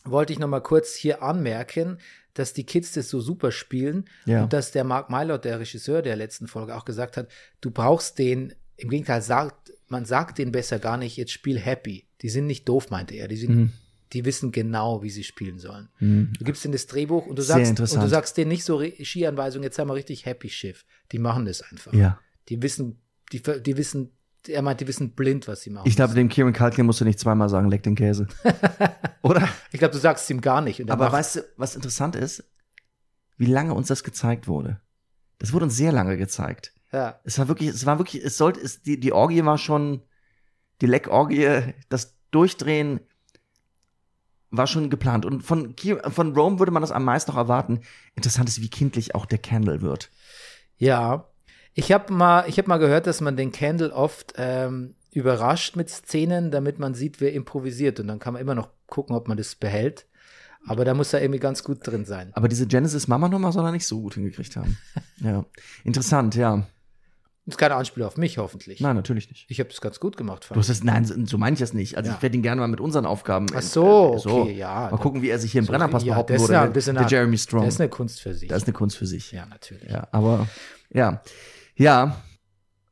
[SPEAKER 1] wollte ich noch mal kurz hier anmerken, dass die Kids das so super spielen
[SPEAKER 2] Ja.
[SPEAKER 1] und dass der Mark Mylord, der Regisseur der letzten Folge, auch gesagt hat, du brauchst den, im Gegenteil, sagt, man sagt denen besser gar nicht, jetzt spiel happy. Die sind nicht doof, meinte er. Die, sind,
[SPEAKER 2] Mhm.
[SPEAKER 1] die wissen genau, wie sie spielen sollen. Du gibst ihnen das Drehbuch und du
[SPEAKER 2] Sehr
[SPEAKER 1] sagst, und
[SPEAKER 2] interessant.
[SPEAKER 1] du sagst denen nicht so Regieanweisung, jetzt sei mal richtig happy Schiff. Die machen das einfach.
[SPEAKER 2] Ja.
[SPEAKER 1] Die wissen, die, ver- die wissen, er meint, die wissen blind, was sie machen.
[SPEAKER 2] Ich glaube, dem Kieran Culkin musst du nicht zweimal sagen, leck
[SPEAKER 1] [LAUGHS]
[SPEAKER 2] den Käse. Oder?
[SPEAKER 1] Ich glaube, du sagst es ihm gar nicht. Und er
[SPEAKER 2] Aber
[SPEAKER 1] macht,
[SPEAKER 2] weißt du, was interessant ist? Wie lange uns das gezeigt wurde. Das wurde uns sehr lange gezeigt.
[SPEAKER 1] ja,
[SPEAKER 2] Es war wirklich, es war wirklich, es sollte, es, die, die Orgie war schon, die Leckorgie, das Durchdrehen war schon geplant. Und von, Ki- von Rome würde man das am meisten noch erwarten. Interessant ist, wie kindlich auch der Candle wird.
[SPEAKER 1] ja. Ich habe mal, ich hab mal gehört, dass man den Candle oft ähm, überrascht mit Szenen, damit man sieht, wer improvisiert. Und dann kann man immer noch gucken, ob man das behält. Aber da muss er irgendwie ganz gut drin sein.
[SPEAKER 2] Aber diese Genesis-Mama-Nummer soll er nicht so gut
[SPEAKER 1] [LAUGHS]
[SPEAKER 2] hingekriegt haben. ja. Interessant, ja.
[SPEAKER 1] Das ist keine Anspielung auf mich, hoffentlich.
[SPEAKER 2] Nein, natürlich nicht.
[SPEAKER 1] Ich habe das ganz gut gemacht.
[SPEAKER 2] Du
[SPEAKER 1] Fand.
[SPEAKER 2] hast das, nein, so, so meine ich das nicht. Also
[SPEAKER 1] Ja.
[SPEAKER 2] ich werde ihn gerne mal mit unseren Aufgaben.
[SPEAKER 1] Ach so,
[SPEAKER 2] äh,
[SPEAKER 1] okay, ja.
[SPEAKER 2] Mal gucken, wie er sich hier im
[SPEAKER 1] So,
[SPEAKER 2] Brennerpass
[SPEAKER 1] ja,
[SPEAKER 2] behaupten
[SPEAKER 1] das ist
[SPEAKER 2] würde. ne?
[SPEAKER 1] ja- das ist
[SPEAKER 2] der
[SPEAKER 1] eine-
[SPEAKER 2] Jeremy
[SPEAKER 1] ich.
[SPEAKER 2] Strong.
[SPEAKER 1] Das ist eine Kunst für sich.
[SPEAKER 2] das ist eine Kunst für sich.
[SPEAKER 1] ja, natürlich.
[SPEAKER 2] Ja, aber ja. Ja,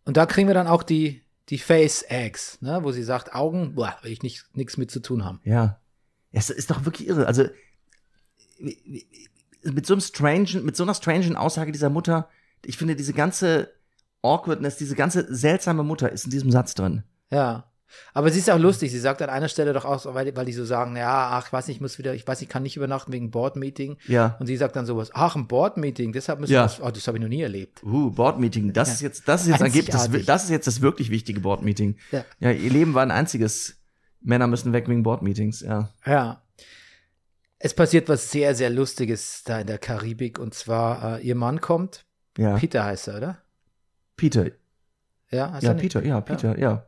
[SPEAKER 1] Und da kriegen wir dann auch die, die Face-Eggs, ne? wo sie sagt, Augen, boah, will ich nicht- nichts mit zu tun haben.
[SPEAKER 2] ja. Es ist doch wirklich irre. Also wie- wie- mit so einem strange, mit so einer strangen Aussage dieser Mutter, ich finde diese ganze Awkwardness, diese ganze seltsame Mutter ist in diesem Satz drin.
[SPEAKER 1] Ja. Aber sie ist auch lustig. Sie sagt an einer Stelle doch auch, so, weil, weil die so sagen, ja, ach, ich weiß nicht, ich muss wieder, ich weiß, ich kann nicht übernachten wegen Board-Meeting.
[SPEAKER 2] Ja.
[SPEAKER 1] Und sie sagt dann sowas, ach, ein Board-Meeting, deshalb müssen
[SPEAKER 2] Ja.
[SPEAKER 1] wir das, oh, das habe ich noch nie erlebt.
[SPEAKER 2] Uh, Board-Meeting, das ist jetzt, das ist jetzt angeblich, das,
[SPEAKER 1] Einzigartig.
[SPEAKER 2] das ist jetzt das wirklich wichtige Board-Meeting.
[SPEAKER 1] Ja.
[SPEAKER 2] Ja, ihr Leben war ein einziges. Männer müssen weg wegen Board-Meetings, ja.
[SPEAKER 1] Ja. Es passiert was sehr, sehr Lustiges da in der Karibik. Und zwar, äh, ihr Mann kommt.
[SPEAKER 2] Ja.
[SPEAKER 1] Peter heißt er, oder?
[SPEAKER 2] Peter.
[SPEAKER 1] Ja, heißt
[SPEAKER 2] Ja,
[SPEAKER 1] er nicht?
[SPEAKER 2] Peter, ja, Peter, ja.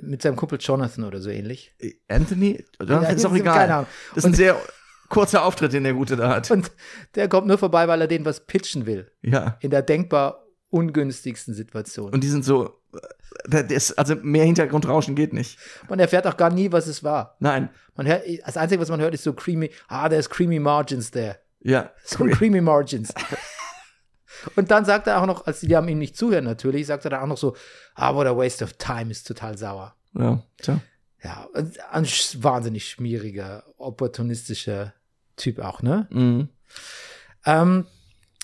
[SPEAKER 1] Mit seinem Kumpel Jonathan oder so ähnlich.
[SPEAKER 2] Äh, Anthony? Jonathan
[SPEAKER 1] Ja,
[SPEAKER 2] ist doch
[SPEAKER 1] keine
[SPEAKER 2] egal.
[SPEAKER 1] Ahnung.
[SPEAKER 2] Das ist ein sehr kurzer Auftritt, den der Gute da hat.
[SPEAKER 1] Und der kommt nur vorbei, weil er denen was pitchen will.
[SPEAKER 2] Ja.
[SPEAKER 1] In der denkbar ungünstigsten Situation.
[SPEAKER 2] Und die sind so, äh, da- das, also mehr Hintergrundrauschen geht nicht.
[SPEAKER 1] Man erfährt auch gar nie, was es war.
[SPEAKER 2] Nein.
[SPEAKER 1] Man hört, das Einzige, was man hört, ist so creamy, ah, there's creamy margins there.
[SPEAKER 2] Ja.
[SPEAKER 1] So creamy margins. Und dann sagt er auch noch, als die haben ihm nicht zuhören natürlich, sagt er dann auch noch so, ah, what a waste of time, ist total sauer.
[SPEAKER 2] Ja, tja.
[SPEAKER 1] Ja, und ein sch- wahnsinnig schmieriger, opportunistischer Typ auch, ne?
[SPEAKER 2] Mhm.
[SPEAKER 1] Ähm,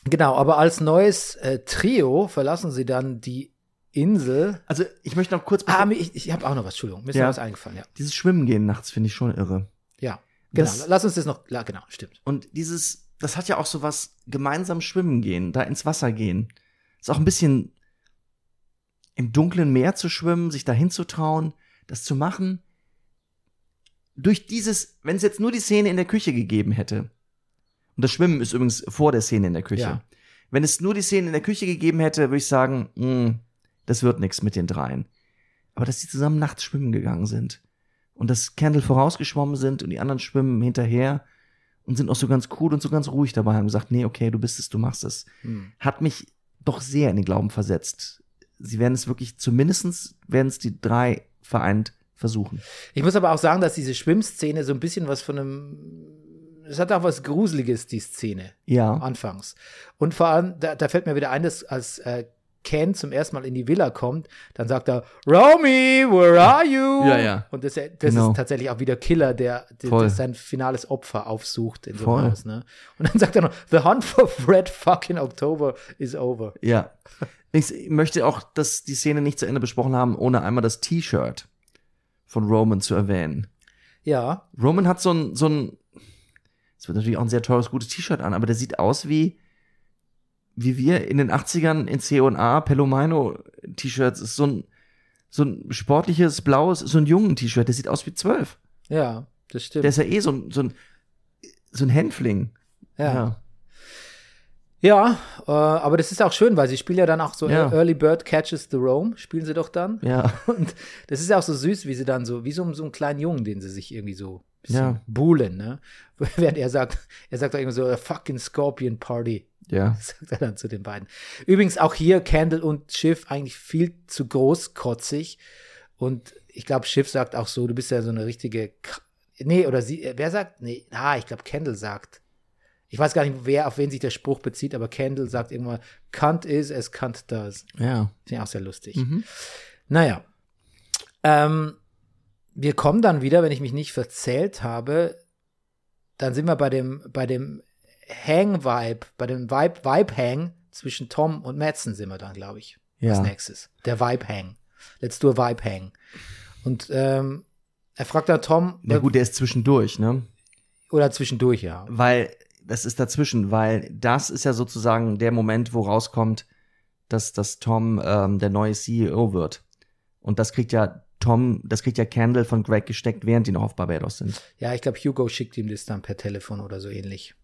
[SPEAKER 1] genau, aber als neues äh, Trio verlassen sie dann die Insel.
[SPEAKER 2] Also, ich möchte noch kurz,
[SPEAKER 1] Ah, mir- ich, ich habe auch noch was, Entschuldigung, mir ist
[SPEAKER 2] Ja.
[SPEAKER 1] noch was eingefallen, ja.
[SPEAKER 2] dieses Schwimmen gehen nachts finde ich schon irre.
[SPEAKER 1] Ja, genau,
[SPEAKER 2] Das-
[SPEAKER 1] lass uns das noch, la- genau, stimmt.
[SPEAKER 2] Und dieses, das hat ja auch so was gemeinsam schwimmen gehen, da ins Wasser gehen. Ist auch ein bisschen im dunklen Meer zu schwimmen, sich dahin zu trauen, das zu machen. Durch dieses, wenn es jetzt nur die Szene in der Küche gegeben hätte, und das Schwimmen ist übrigens vor der Szene in der Küche,
[SPEAKER 1] Ja.
[SPEAKER 2] wenn es nur die Szene in der Küche gegeben hätte, würde ich sagen, mh, das wird nichts mit den dreien. Aber dass die zusammen nachts schwimmen gegangen sind und dass Candle vorausgeschwommen sind und die anderen schwimmen hinterher und sind auch so ganz cool und so ganz ruhig dabei, haben gesagt, nee, okay, du bist es, du machst es
[SPEAKER 1] Hm.
[SPEAKER 2] hat mich doch sehr in den Glauben versetzt. Sie werden es wirklich, zumindestens werden es die drei vereint versuchen.
[SPEAKER 1] Ich muss aber auch sagen, dass diese Schwimmszene so ein bisschen was von einem. Es hat auch was Gruseliges, die Szene.
[SPEAKER 2] Ja.
[SPEAKER 1] Anfangs. Und vor allem, da, da fällt mir wieder ein, dass als äh, Ken zum ersten Mal in die Villa kommt, dann sagt er, Romy, where are you?
[SPEAKER 2] Ja, ja.
[SPEAKER 1] Und das, das
[SPEAKER 2] Genau.
[SPEAKER 1] ist tatsächlich auch wieder Killer, der, der,
[SPEAKER 2] Voll.
[SPEAKER 1] der sein finales Opfer aufsucht in so
[SPEAKER 2] Voll.
[SPEAKER 1] einem Haus. Ne? Und dann sagt er noch, The hunt for Red fucking October is over.
[SPEAKER 2] Ja. Ich möchte auch, dass die Szene nicht zu Ende besprochen haben, ohne einmal das T-Shirt von Roman zu erwähnen.
[SPEAKER 1] Ja,
[SPEAKER 2] Roman hat so ein, so ein, es wird natürlich auch ein sehr teures, gutes T-Shirt an, aber der sieht aus wie, wie wir in den 80ern in C&A Pelomino T-Shirts, ist so ein, so ein sportliches, blaues, so ein jungen T-Shirt, der sieht aus wie zwölf.
[SPEAKER 1] ja, das stimmt.
[SPEAKER 2] Der ist ja eh so ein, so ein, so ein Hänfling.
[SPEAKER 1] ja. ja äh, aber das ist auch schön, weil sie spielen ja dann auch so
[SPEAKER 2] Ja.
[SPEAKER 1] Early Bird Catches the Rome, spielen sie doch dann.
[SPEAKER 2] Ja. ja.
[SPEAKER 1] Und das ist ja auch so süß, wie sie dann so, wie so, so einen kleinen Jungen, den sie sich irgendwie so ein bisschen
[SPEAKER 2] Ja.
[SPEAKER 1] buhlen, ne? [LAUGHS] Während er sagt, er sagt auch irgendwie so, "A fucking Scorpion Party,
[SPEAKER 2] Ja.
[SPEAKER 1] [LAUGHS] sagt er dann zu den beiden. Übrigens auch hier Candle und Schiff eigentlich viel zu großkotzig. Und ich glaube, Schiff sagt auch so, du bist ja so eine richtige. K nee, oder sie, äh, wer sagt? Nee, ah, ich glaube, Candle sagt. Ich weiß gar nicht, wer, auf wen sich der Spruch bezieht, aber Candle sagt irgendwann, Kant is as Kant does.
[SPEAKER 2] Ja.
[SPEAKER 1] Finde ich auch sehr lustig.
[SPEAKER 2] Mhm.
[SPEAKER 1] Naja. Ähm, wir kommen dann wieder, wenn ich mich nicht verzählt habe, dann sind wir bei dem, bei dem Hang-Vibe, bei dem Vibe-Vibe-Hang zwischen Tom und Madsen sind wir dann, glaube ich, als
[SPEAKER 2] Ja.
[SPEAKER 1] nächstes. Der Vibe-Hang. Let's do a Vibe-Hang. Und ähm, er fragt dann Tom,
[SPEAKER 2] Na gut, der ist zwischendurch, ne?
[SPEAKER 1] oder zwischendurch, ja.
[SPEAKER 2] Weil, das ist dazwischen, weil das ist ja sozusagen der Moment, wo rauskommt, dass, dass Tom ähm, der neue CEO wird. Und das kriegt ja Tom, das kriegt ja Candle von Greg gesteckt, während die noch auf Barbados sind.
[SPEAKER 1] Ja, ich glaube, Hugo schickt ihm das dann per Telefon oder so ähnlich.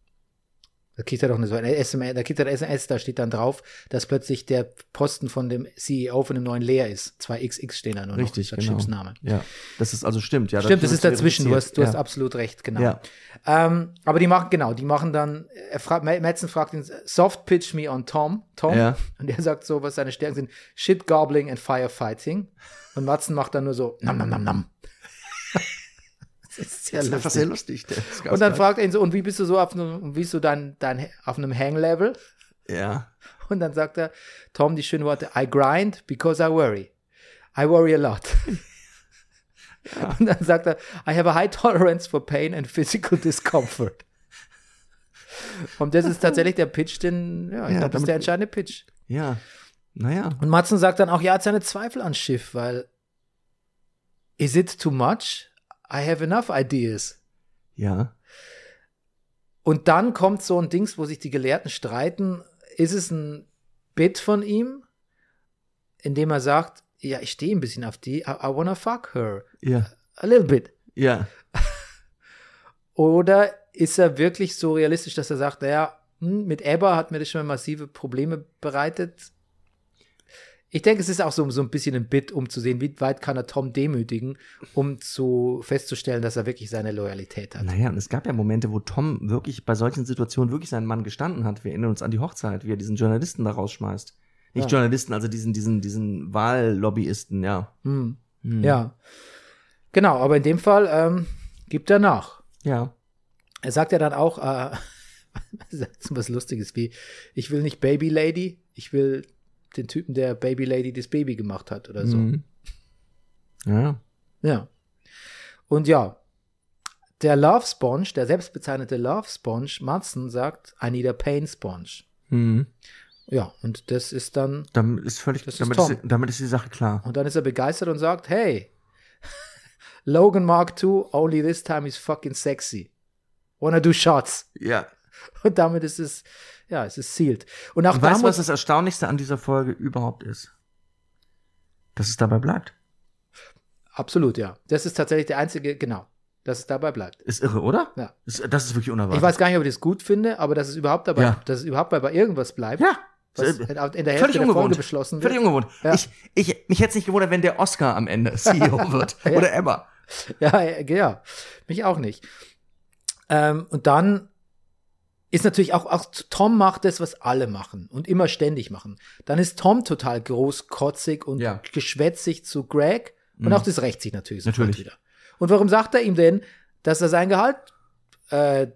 [SPEAKER 1] Da kriegt er doch eine, so eine SMS, da kriegt er eine SMS, da steht dann drauf, dass plötzlich der Posten von dem CEO von dem neuen leer ist. Zwei XX stehen da nur noch.
[SPEAKER 2] Richtig,
[SPEAKER 1] statt
[SPEAKER 2] genau.
[SPEAKER 1] Chips Name.
[SPEAKER 2] Ja. Das ist also stimmt, ja.
[SPEAKER 1] Stimmt, das
[SPEAKER 2] wird
[SPEAKER 1] ist dazwischen. Du hast,
[SPEAKER 2] verifiziert.
[SPEAKER 1] du
[SPEAKER 2] ja.
[SPEAKER 1] hast absolut recht, genau.
[SPEAKER 2] Ja.
[SPEAKER 1] Ähm, aber die machen, genau, die machen dann, er fragt, Madsen fragt ihn, soft pitch me on Tom, Tom.
[SPEAKER 2] Ja.
[SPEAKER 1] Und er sagt so, was seine Stärken sind, shit gobbling and firefighting. Und Madsen macht dann nur so, nam nam nam nam. [LAUGHS] das ist sehr
[SPEAKER 2] Das ist einfach
[SPEAKER 1] lustig.
[SPEAKER 2] sehr lustig. Der ist ganz
[SPEAKER 1] Und dann
[SPEAKER 2] geil.
[SPEAKER 1] fragt er ihn so, und wie bist du so auf einem, und wie ist du dein, dein, auf einem Hang-Level? [LAUGHS]
[SPEAKER 2] Ja.
[SPEAKER 1] Und dann sagt er, Tom, die schönen Worte, I grind because I worry. I worry a
[SPEAKER 2] [LAUGHS]
[SPEAKER 1] lot. Und dann sagt er, I have a high tolerance for pain and physical discomfort. Und das ist tatsächlich der Pitch, den, ja, ich glaube,
[SPEAKER 2] Ja,
[SPEAKER 1] das ist
[SPEAKER 2] damit-
[SPEAKER 1] der entscheidende Pitch.
[SPEAKER 2] Ja. Naja.
[SPEAKER 1] Und Matzen sagt dann auch, ja, er hat seine Zweifel an Schiff, weil is it too much? I have enough ideas.
[SPEAKER 2] Ja.
[SPEAKER 1] Und dann kommt so ein Dings, wo sich die Gelehrten streiten. Ist es ein Bit von ihm, in dem er sagt, ja, ich stehe ein bisschen auf die, I, I wanna fuck her.
[SPEAKER 2] Ja.
[SPEAKER 1] A little bit.
[SPEAKER 2] Ja.
[SPEAKER 1] Oder ist er wirklich so realistisch, dass er sagt, naja, hm, mit Ebba hat mir das schon mal massive Probleme bereitet. Ich denke, es ist auch so, so ein bisschen ein Bit, um zu sehen, wie weit kann er Tom demütigen, um zu festzustellen, dass er wirklich seine Loyalität hat.
[SPEAKER 2] Naja, und es gab ja Momente, wo Tom wirklich bei solchen Situationen wirklich seinen Mann gestanden hat. Wir erinnern uns an die Hochzeit, wie er diesen Journalisten da rausschmeißt. Nicht
[SPEAKER 1] Ja.
[SPEAKER 2] Journalisten, also diesen, diesen, diesen Wahllobbyisten, ja.
[SPEAKER 1] Hm.
[SPEAKER 2] Hm.
[SPEAKER 1] Ja. Genau, aber in dem Fall ähm, gibt er nach.
[SPEAKER 2] Ja.
[SPEAKER 1] Er sagt ja dann auch, äh, [LAUGHS] er sagt so was Lustiges wie, ich will nicht Baby Lady, ich will den Typen, der Baby Lady das Baby gemacht hat oder so.
[SPEAKER 2] Mhm. Ja.
[SPEAKER 1] Ja. Und ja, der Love Sponge, der selbstbezeichnete Love Sponge, Madsen sagt, I need a Pain Sponge. Hm.
[SPEAKER 2] Mhm.
[SPEAKER 1] Ja, und das ist dann,
[SPEAKER 2] Damit ist völlig,
[SPEAKER 1] Das ist
[SPEAKER 2] damit,
[SPEAKER 1] Tom.
[SPEAKER 2] ist, damit ist die Sache klar.
[SPEAKER 1] und dann ist er begeistert und sagt, hey, [LAUGHS] Logan Mark II, only this time is fucking sexy. Wanna do shots. [LAUGHS]
[SPEAKER 2] Ja.
[SPEAKER 1] Und damit ist es, ja, es ist sealed. Und auch
[SPEAKER 2] Und weißt du, was
[SPEAKER 1] damals,
[SPEAKER 2] das Erstaunlichste an dieser Folge überhaupt ist? Dass es dabei bleibt.
[SPEAKER 1] absolut, ja. Das ist tatsächlich der einzige, genau, dass es dabei bleibt.
[SPEAKER 2] Ist irre, oder?
[SPEAKER 1] Ja.
[SPEAKER 2] Ist, das ist wirklich unerwartet.
[SPEAKER 1] Ich weiß gar nicht, ob ich das gut finde, aber dass es überhaupt dabei,
[SPEAKER 2] Ja.
[SPEAKER 1] dass es überhaupt bei irgendwas bleibt,
[SPEAKER 2] Ja.
[SPEAKER 1] was halt
[SPEAKER 2] Äh,
[SPEAKER 1] in der Hälfte
[SPEAKER 2] Völlig
[SPEAKER 1] der Folge
[SPEAKER 2] ungewohnt.
[SPEAKER 1] beschlossen
[SPEAKER 2] Völlig
[SPEAKER 1] wird.
[SPEAKER 2] ungewohnt.
[SPEAKER 1] Ja.
[SPEAKER 2] Ich, ich, mich hätte es nicht gewundert, wenn der Oscar am Ende [LAUGHS]
[SPEAKER 1] [LAUGHS]
[SPEAKER 2] CEO wird.
[SPEAKER 1] Ja.
[SPEAKER 2] Oder Emma.
[SPEAKER 1] [LAUGHS] Ja, ja, ja, mich auch nicht. Ähm, und dann ist natürlich auch, auch Tom macht das, was alle machen und immer ständig machen. Dann ist Tom total großkotzig und
[SPEAKER 2] Ja.
[SPEAKER 1] geschwätzig zu Greg und
[SPEAKER 2] Mhm.
[SPEAKER 1] auch das rächt sich natürlich sofort
[SPEAKER 2] Natürlich.
[SPEAKER 1] wieder. Und warum sagt er ihm denn, dass er sein Gehalt äh,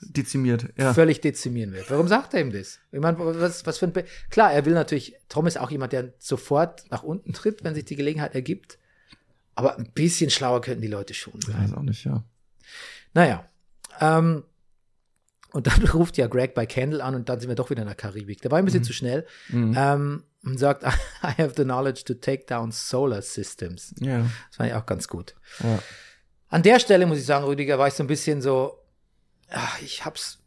[SPEAKER 2] Dezimiert. Ja.
[SPEAKER 1] völlig dezimieren wird? Warum sagt er ihm das? Ich meine, was, was für ein. Be Klar, er will natürlich, Tom ist auch jemand, der sofort nach unten tritt, wenn sich die Gelegenheit ergibt. Aber ein bisschen schlauer könnten die Leute schon
[SPEAKER 2] Ich
[SPEAKER 1] sein.
[SPEAKER 2] weiß auch nicht, ja.
[SPEAKER 1] Naja. Ähm, und dann [LAUGHS] ruft ja Greg bei Kendall an und dann sind wir doch wieder in der Karibik. Der war ein bisschen
[SPEAKER 2] Mhm.
[SPEAKER 1] zu schnell.
[SPEAKER 2] Mhm.
[SPEAKER 1] Ähm, und sagt, [LAUGHS] I have the knowledge to take down solar systems.
[SPEAKER 2] ja.
[SPEAKER 1] Das fand ich auch ganz gut.
[SPEAKER 2] ja.
[SPEAKER 1] An der Stelle muss ich sagen, Rüdiger, war ich so ein bisschen so, ach, ich hab's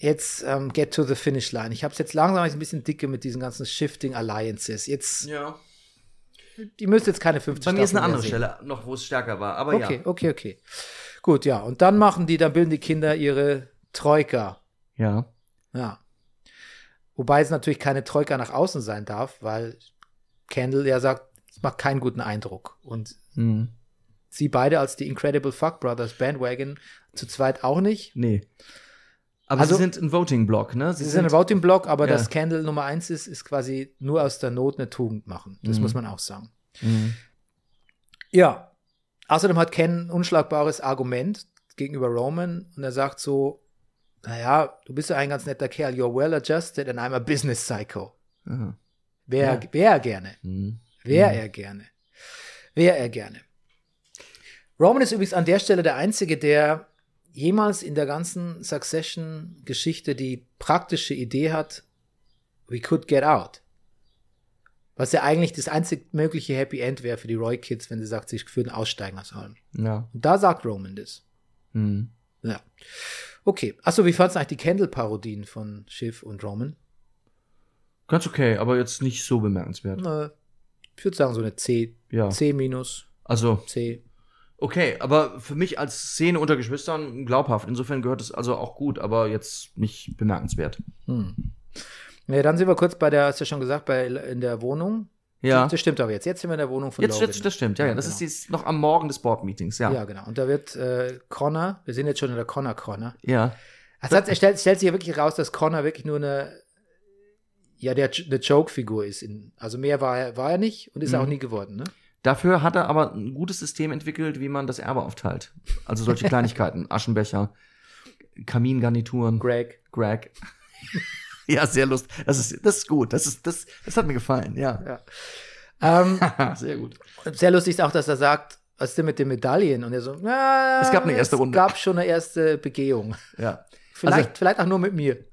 [SPEAKER 1] jetzt ähm, get to the finish line. Ich hab's jetzt langsam hab ich's ein bisschen dicke mit diesen ganzen Shifting Alliances. Jetzt,
[SPEAKER 2] ja.
[SPEAKER 1] die müsst jetzt keine 50
[SPEAKER 2] Bei mir ist eine
[SPEAKER 1] Staffeln
[SPEAKER 2] andere
[SPEAKER 1] mehr sehen.
[SPEAKER 2] Stelle noch, wo es stärker war. Aber
[SPEAKER 1] Okay, okay, okay. Gut, ja. Und dann machen die, dann bilden die Kinder ihre Troika.
[SPEAKER 2] ja. Ja.
[SPEAKER 1] Ja. Wobei es natürlich keine Troika nach außen sein darf, weil Kendall ja sagt, es macht keinen guten Eindruck. Und
[SPEAKER 2] Mhm.
[SPEAKER 1] sie beide als die Incredible Fuck Brothers Bandwagon zu zweit auch nicht.
[SPEAKER 2] Nee. Aber
[SPEAKER 1] Also-
[SPEAKER 2] sie sind ein Voting-Block, ne?
[SPEAKER 1] Sie sind about im Block, aber
[SPEAKER 2] Ja.
[SPEAKER 1] dass Kendall Nummer eins ist, ist quasi nur aus der Not eine Tugend machen. Das
[SPEAKER 2] Mhm.
[SPEAKER 1] muss man auch sagen.
[SPEAKER 2] Mhm.
[SPEAKER 1] Ja. Außerdem hat Ken ein unschlagbares Argument gegenüber Roman und er sagt so, naja, du bist ja ein ganz netter Kerl, you're well adjusted and I'm a business psycho.
[SPEAKER 2] Aha.
[SPEAKER 1] Wer,
[SPEAKER 2] Ja.
[SPEAKER 1] wer gerne.
[SPEAKER 2] Mhm.
[SPEAKER 1] Wär
[SPEAKER 2] Mhm.
[SPEAKER 1] er gerne. Wär er gerne. Roman ist übrigens an der Stelle der Einzige, der jemals in der ganzen Succession-Geschichte die praktische Idee hat, we could get out. Was ja eigentlich das einzig mögliche Happy End wäre für die Roy Kids, wenn sie sagt, sie würden aussteigen aus allem.
[SPEAKER 2] Ja.
[SPEAKER 1] Und da sagt Roman das.
[SPEAKER 2] Mhm.
[SPEAKER 1] Ja. Okay. Achso, wie fandst du eigentlich die Candle-Parodien von Schiff und Roman?
[SPEAKER 2] Ganz okay, aber jetzt nicht so bemerkenswert.
[SPEAKER 1] Äh, Ich würde sagen, so eine C,
[SPEAKER 2] Ja.
[SPEAKER 1] C minus,
[SPEAKER 2] Also,
[SPEAKER 1] C.
[SPEAKER 2] okay, aber für mich als Szene unter Geschwistern glaubhaft. Insofern gehört es also auch gut, aber jetzt nicht bemerkenswert.
[SPEAKER 1] Hm. Ja, dann sind wir kurz bei der, hast du ja schon gesagt, bei, in der Wohnung.
[SPEAKER 2] Ja.
[SPEAKER 1] Das stimmt aber jetzt. Jetzt sind wir in der Wohnung von
[SPEAKER 2] Jetzt,
[SPEAKER 1] Logan.
[SPEAKER 2] jetzt, das stimmt, ja, ja. Das
[SPEAKER 1] genau.
[SPEAKER 2] ist jetzt noch am Morgen des Board-Meetings, ja.
[SPEAKER 1] Ja.
[SPEAKER 2] Ja.
[SPEAKER 1] genau. Und da wird äh, Connor, wir sind jetzt schon in der Connor-Corner.
[SPEAKER 2] ja.
[SPEAKER 1] Also hat, er stellt, stellt sich ja wirklich raus, dass Connor wirklich nur eine, ja, der, eine Joke-Figur ist. In, also mehr war er, war er nicht und ist er
[SPEAKER 2] Mhm.
[SPEAKER 1] auch nie geworden, ne?
[SPEAKER 2] Dafür hat er aber ein gutes System entwickelt, wie man das Erbe aufteilt.
[SPEAKER 1] [LAUGHS]
[SPEAKER 2] Also solche Kleinigkeiten, Aschenbecher, Kamingarnituren.
[SPEAKER 1] Greg.
[SPEAKER 2] Greg. [LAUGHS] ja, sehr lustig. Das ist, das ist gut. Das, ist, das, das hat mir gefallen, ja.
[SPEAKER 1] Ähm,
[SPEAKER 2] sehr gut.
[SPEAKER 1] [LAUGHS] sehr lustig ist auch, dass er sagt, was ist denn mit den Medaillen? Und er so, na,
[SPEAKER 2] Es gab eine erste Runde. Also
[SPEAKER 1] Es gab schon eine erste Begehung.
[SPEAKER 2] Ja.
[SPEAKER 1] Vielleicht, vielleicht auch nur mit mir.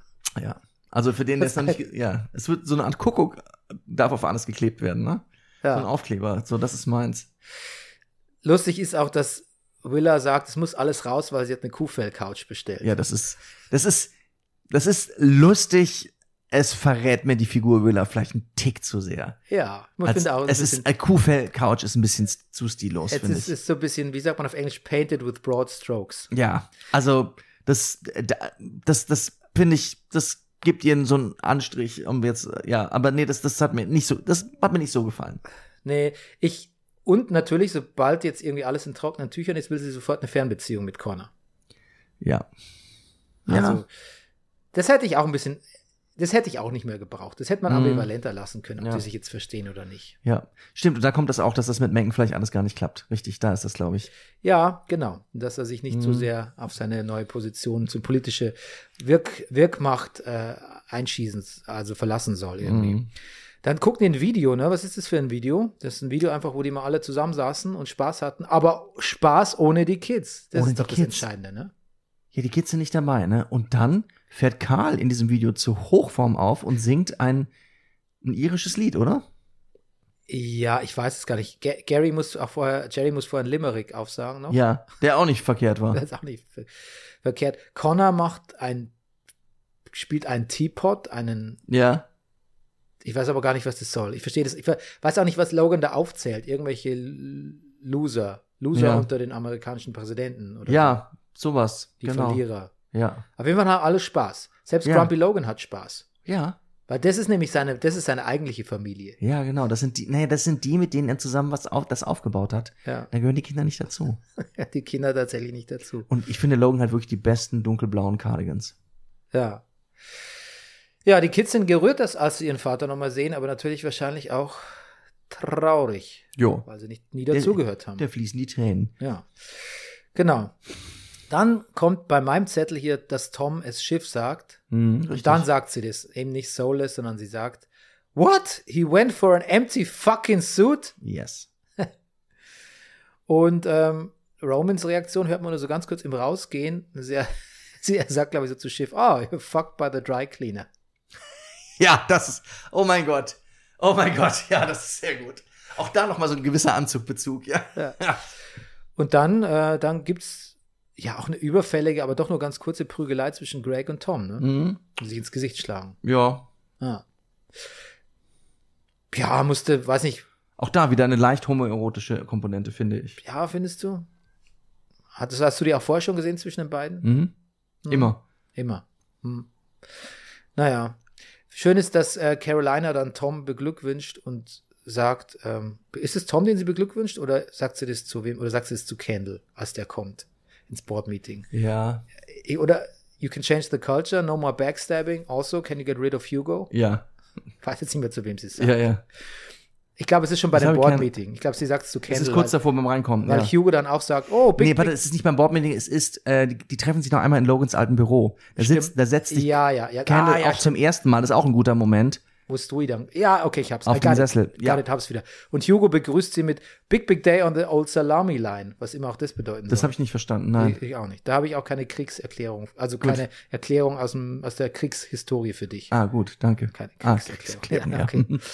[SPEAKER 2] ja. Also für den, der es noch nicht. ge- Ja, es wird so eine Art Kuckuck, äh, darf auf alles geklebt werden, ne? So ein Aufkleber. So, das ist meins.
[SPEAKER 1] Lustig ist auch, dass Willa sagt, es muss alles raus, weil sie hat eine Kuhfell-Couch bestellt.
[SPEAKER 2] Ja, das ist. Das ist. Das ist lustig. Es verrät mir die Figur Willa vielleicht einen Tick zu sehr.
[SPEAKER 1] ja ich
[SPEAKER 2] Als,
[SPEAKER 1] finde auch,
[SPEAKER 2] es
[SPEAKER 1] ein
[SPEAKER 2] ist
[SPEAKER 1] bisschen,
[SPEAKER 2] ein Kuhfell-Couch ist ein bisschen s- zu stillos,
[SPEAKER 1] es
[SPEAKER 2] finde
[SPEAKER 1] ist,
[SPEAKER 2] ich.
[SPEAKER 1] ist so ein bisschen, wie sagt man auf Englisch, painted with broad strokes.
[SPEAKER 2] Ja, also das, da- das, das finde ich, das gibt ihnen so einen Anstrich, um jetzt, ja, aber nee, das, das hat mir nicht so, das hat mir nicht so gefallen.
[SPEAKER 1] Nee, ich, und natürlich, sobald jetzt irgendwie alles in trockenen Tüchern ist, will sie sofort eine Fernbeziehung mit Connor.
[SPEAKER 2] Ja.
[SPEAKER 1] Also, das hätte ich auch ein bisschen, das hätte ich auch nicht mehr gebraucht. Das hätte man
[SPEAKER 2] Mhm.
[SPEAKER 1] ambivalenter lassen können, ob
[SPEAKER 2] Ja.
[SPEAKER 1] die sich jetzt verstehen oder nicht.
[SPEAKER 2] ja, ja. Stimmt, und da kommt das auch, dass das mit Mengen vielleicht alles gar nicht klappt. Richtig, da ist das, glaube ich.
[SPEAKER 1] Ja, genau. Dass er sich nicht zu
[SPEAKER 2] Mhm.
[SPEAKER 1] sehr auf seine neue Position, zu politische Wirk Wirkmacht äh, einschießen, also verlassen soll irgendwie.
[SPEAKER 2] Mhm.
[SPEAKER 1] Dann gucken die ein Video, ne? Was ist das für ein Video? Das ist ein Video einfach, wo die mal alle zusammensaßen und Spaß hatten, aber Spaß ohne die Kids. Das
[SPEAKER 2] Ohne
[SPEAKER 1] ist
[SPEAKER 2] die
[SPEAKER 1] doch das
[SPEAKER 2] Kids.
[SPEAKER 1] Entscheidende, ne?
[SPEAKER 2] Ja, die Kids sind nicht dabei, ne? Und dann fährt Karl in diesem Video zur Hochform auf und singt ein, ein irisches Lied, oder?
[SPEAKER 1] Ja, ich weiß es gar nicht. Ge- Gary muss auch vorher, Jerry muss vorher ein Limerick aufsagen [LAUGHS] noch. [LAUGHS]
[SPEAKER 2] Ja, der auch nicht verkehrt war.
[SPEAKER 1] Das ist auch nicht ver verkehrt. Connor macht ein spielt einen Teapot, einen.
[SPEAKER 2] Ja.
[SPEAKER 1] Ich weiß aber gar nicht, was das soll. Ich verstehe das. Ich ver- weiß auch nicht, was Logan da aufzählt. Irgendwelche L- Loser. Loser
[SPEAKER 2] Ja.
[SPEAKER 1] unter den amerikanischen Präsidenten oder
[SPEAKER 2] Ja, sowas.
[SPEAKER 1] so. die
[SPEAKER 2] genau.
[SPEAKER 1] Verlierer.
[SPEAKER 2] Ja.
[SPEAKER 1] Auf jeden Fall haben alle Spaß. Selbst
[SPEAKER 2] Ja.
[SPEAKER 1] Grumpy Logan hat Spaß.
[SPEAKER 2] Ja.
[SPEAKER 1] Weil das ist nämlich seine, das ist seine eigentliche Familie.
[SPEAKER 2] Ja, genau. Das sind die, nee, das sind die, mit denen er zusammen was auf, das aufgebaut hat.
[SPEAKER 1] Ja.
[SPEAKER 2] Da gehören die Kinder nicht dazu.
[SPEAKER 1] Die Kinder tatsächlich nicht dazu.
[SPEAKER 2] Und ich finde Logan hat wirklich die besten dunkelblauen Cardigans.
[SPEAKER 1] Ja. Ja, die Kids sind gerührt, dass, als sie ihren Vater nochmal sehen, aber natürlich wahrscheinlich auch traurig,
[SPEAKER 2] Jo.
[SPEAKER 1] weil sie nicht, nie
[SPEAKER 2] Der-
[SPEAKER 1] dazugehört haben.
[SPEAKER 2] Da fließen die Tränen.
[SPEAKER 1] Ja. Genau. Dann kommt bei meinem Zettel hier, dass Tom es Schiff sagt.
[SPEAKER 2] Mhm,
[SPEAKER 1] Und dann sagt sie das. Eben nicht soulless, sondern sie sagt, What? He went for an empty fucking suit?
[SPEAKER 2] Yes.
[SPEAKER 1] Und ähm, Romans Reaktion hört man nur so ganz kurz im Rausgehen. Sie, [LAUGHS] sie sagt, glaube ich, so zu Schiff, oh, you're fucked by the dry cleaner.
[SPEAKER 2] Ja, das ist. Oh mein Gott. Oh mein Gott. Ja, das ist sehr gut. Auch da nochmal so ein gewisser Anzugbezug, ja.
[SPEAKER 1] Ja.
[SPEAKER 2] Ja.
[SPEAKER 1] Und dann, äh, dann gibt's ja auch eine überfällige, aber doch nur ganz kurze Prügelei zwischen Greg und Tom, ne?
[SPEAKER 2] Mhm.
[SPEAKER 1] Die sich ins Gesicht schlagen.
[SPEAKER 2] ja.
[SPEAKER 1] Ja. ja, musste, weiß nicht,
[SPEAKER 2] Auch da wieder eine leicht homoerotische Komponente, finde ich.
[SPEAKER 1] ja, findest du? Hattest, hast du die auch vorher schon gesehen zwischen den beiden?
[SPEAKER 2] Mhm.
[SPEAKER 1] Mhm.
[SPEAKER 2] Immer.
[SPEAKER 1] Immer. Hm. Naja. Schön ist, dass äh, Carolina dann Tom beglückwünscht und sagt, ähm, ist es Tom, den sie beglückwünscht, oder sagt sie das zu wem, oder sagt sie es zu Candle, als der kommt ins Board-Meeting?
[SPEAKER 2] Ja.
[SPEAKER 1] Eh, Oder you can change the culture, no more backstabbing, also can you get rid of Hugo?
[SPEAKER 2] Ja.
[SPEAKER 1] Weiß jetzt nicht mehr, zu wem sie es sagt.
[SPEAKER 2] Ja, ja.
[SPEAKER 1] Ich glaube, es ist schon bei
[SPEAKER 2] Das
[SPEAKER 1] dem
[SPEAKER 2] habe ich
[SPEAKER 1] Board-Meeting. Ich glaube, sie sagt es zu
[SPEAKER 2] Es
[SPEAKER 1] Candle,
[SPEAKER 2] ist kurz
[SPEAKER 1] weil,
[SPEAKER 2] davor beim Reinkommen.
[SPEAKER 1] halt. weil
[SPEAKER 2] ja.
[SPEAKER 1] Hugo dann auch sagt, oh, Big,
[SPEAKER 2] nee, warte,
[SPEAKER 1] Big
[SPEAKER 2] es ist nicht beim Boardmeeting, es ist, äh, die, die treffen sich noch einmal in Logans altem Büro. Da, sitzt, da setzt sich
[SPEAKER 1] ja, ja, ja,
[SPEAKER 2] Candle
[SPEAKER 1] ah, ja,
[SPEAKER 2] auch zum ersten Mal, das ist auch ein guter Moment.
[SPEAKER 1] Wo ist Dewey dann? Ja, okay, ich hab's.
[SPEAKER 2] Auf
[SPEAKER 1] I
[SPEAKER 2] dem
[SPEAKER 1] got it.
[SPEAKER 2] Sessel,
[SPEAKER 1] Got
[SPEAKER 2] ja.
[SPEAKER 1] it, hab's wieder. Und Hugo begrüßt sie mit Big Big Day on the Old Salami Line, was immer auch das bedeuten
[SPEAKER 2] Das
[SPEAKER 1] soll.
[SPEAKER 2] habe ich nicht verstanden, nein.
[SPEAKER 1] ich, ich auch nicht. Da habe ich auch keine Kriegserklärung, also keine Erklärung aus, dem, aus der Kriegshistorie für dich.
[SPEAKER 2] Ah, gut, danke.
[SPEAKER 1] Keine
[SPEAKER 2] ah,
[SPEAKER 1] Kriegserklärung.
[SPEAKER 2] Kriegserklärung,
[SPEAKER 1] Ja,
[SPEAKER 2] ja.
[SPEAKER 1] okay.
[SPEAKER 2] [LAUGHS]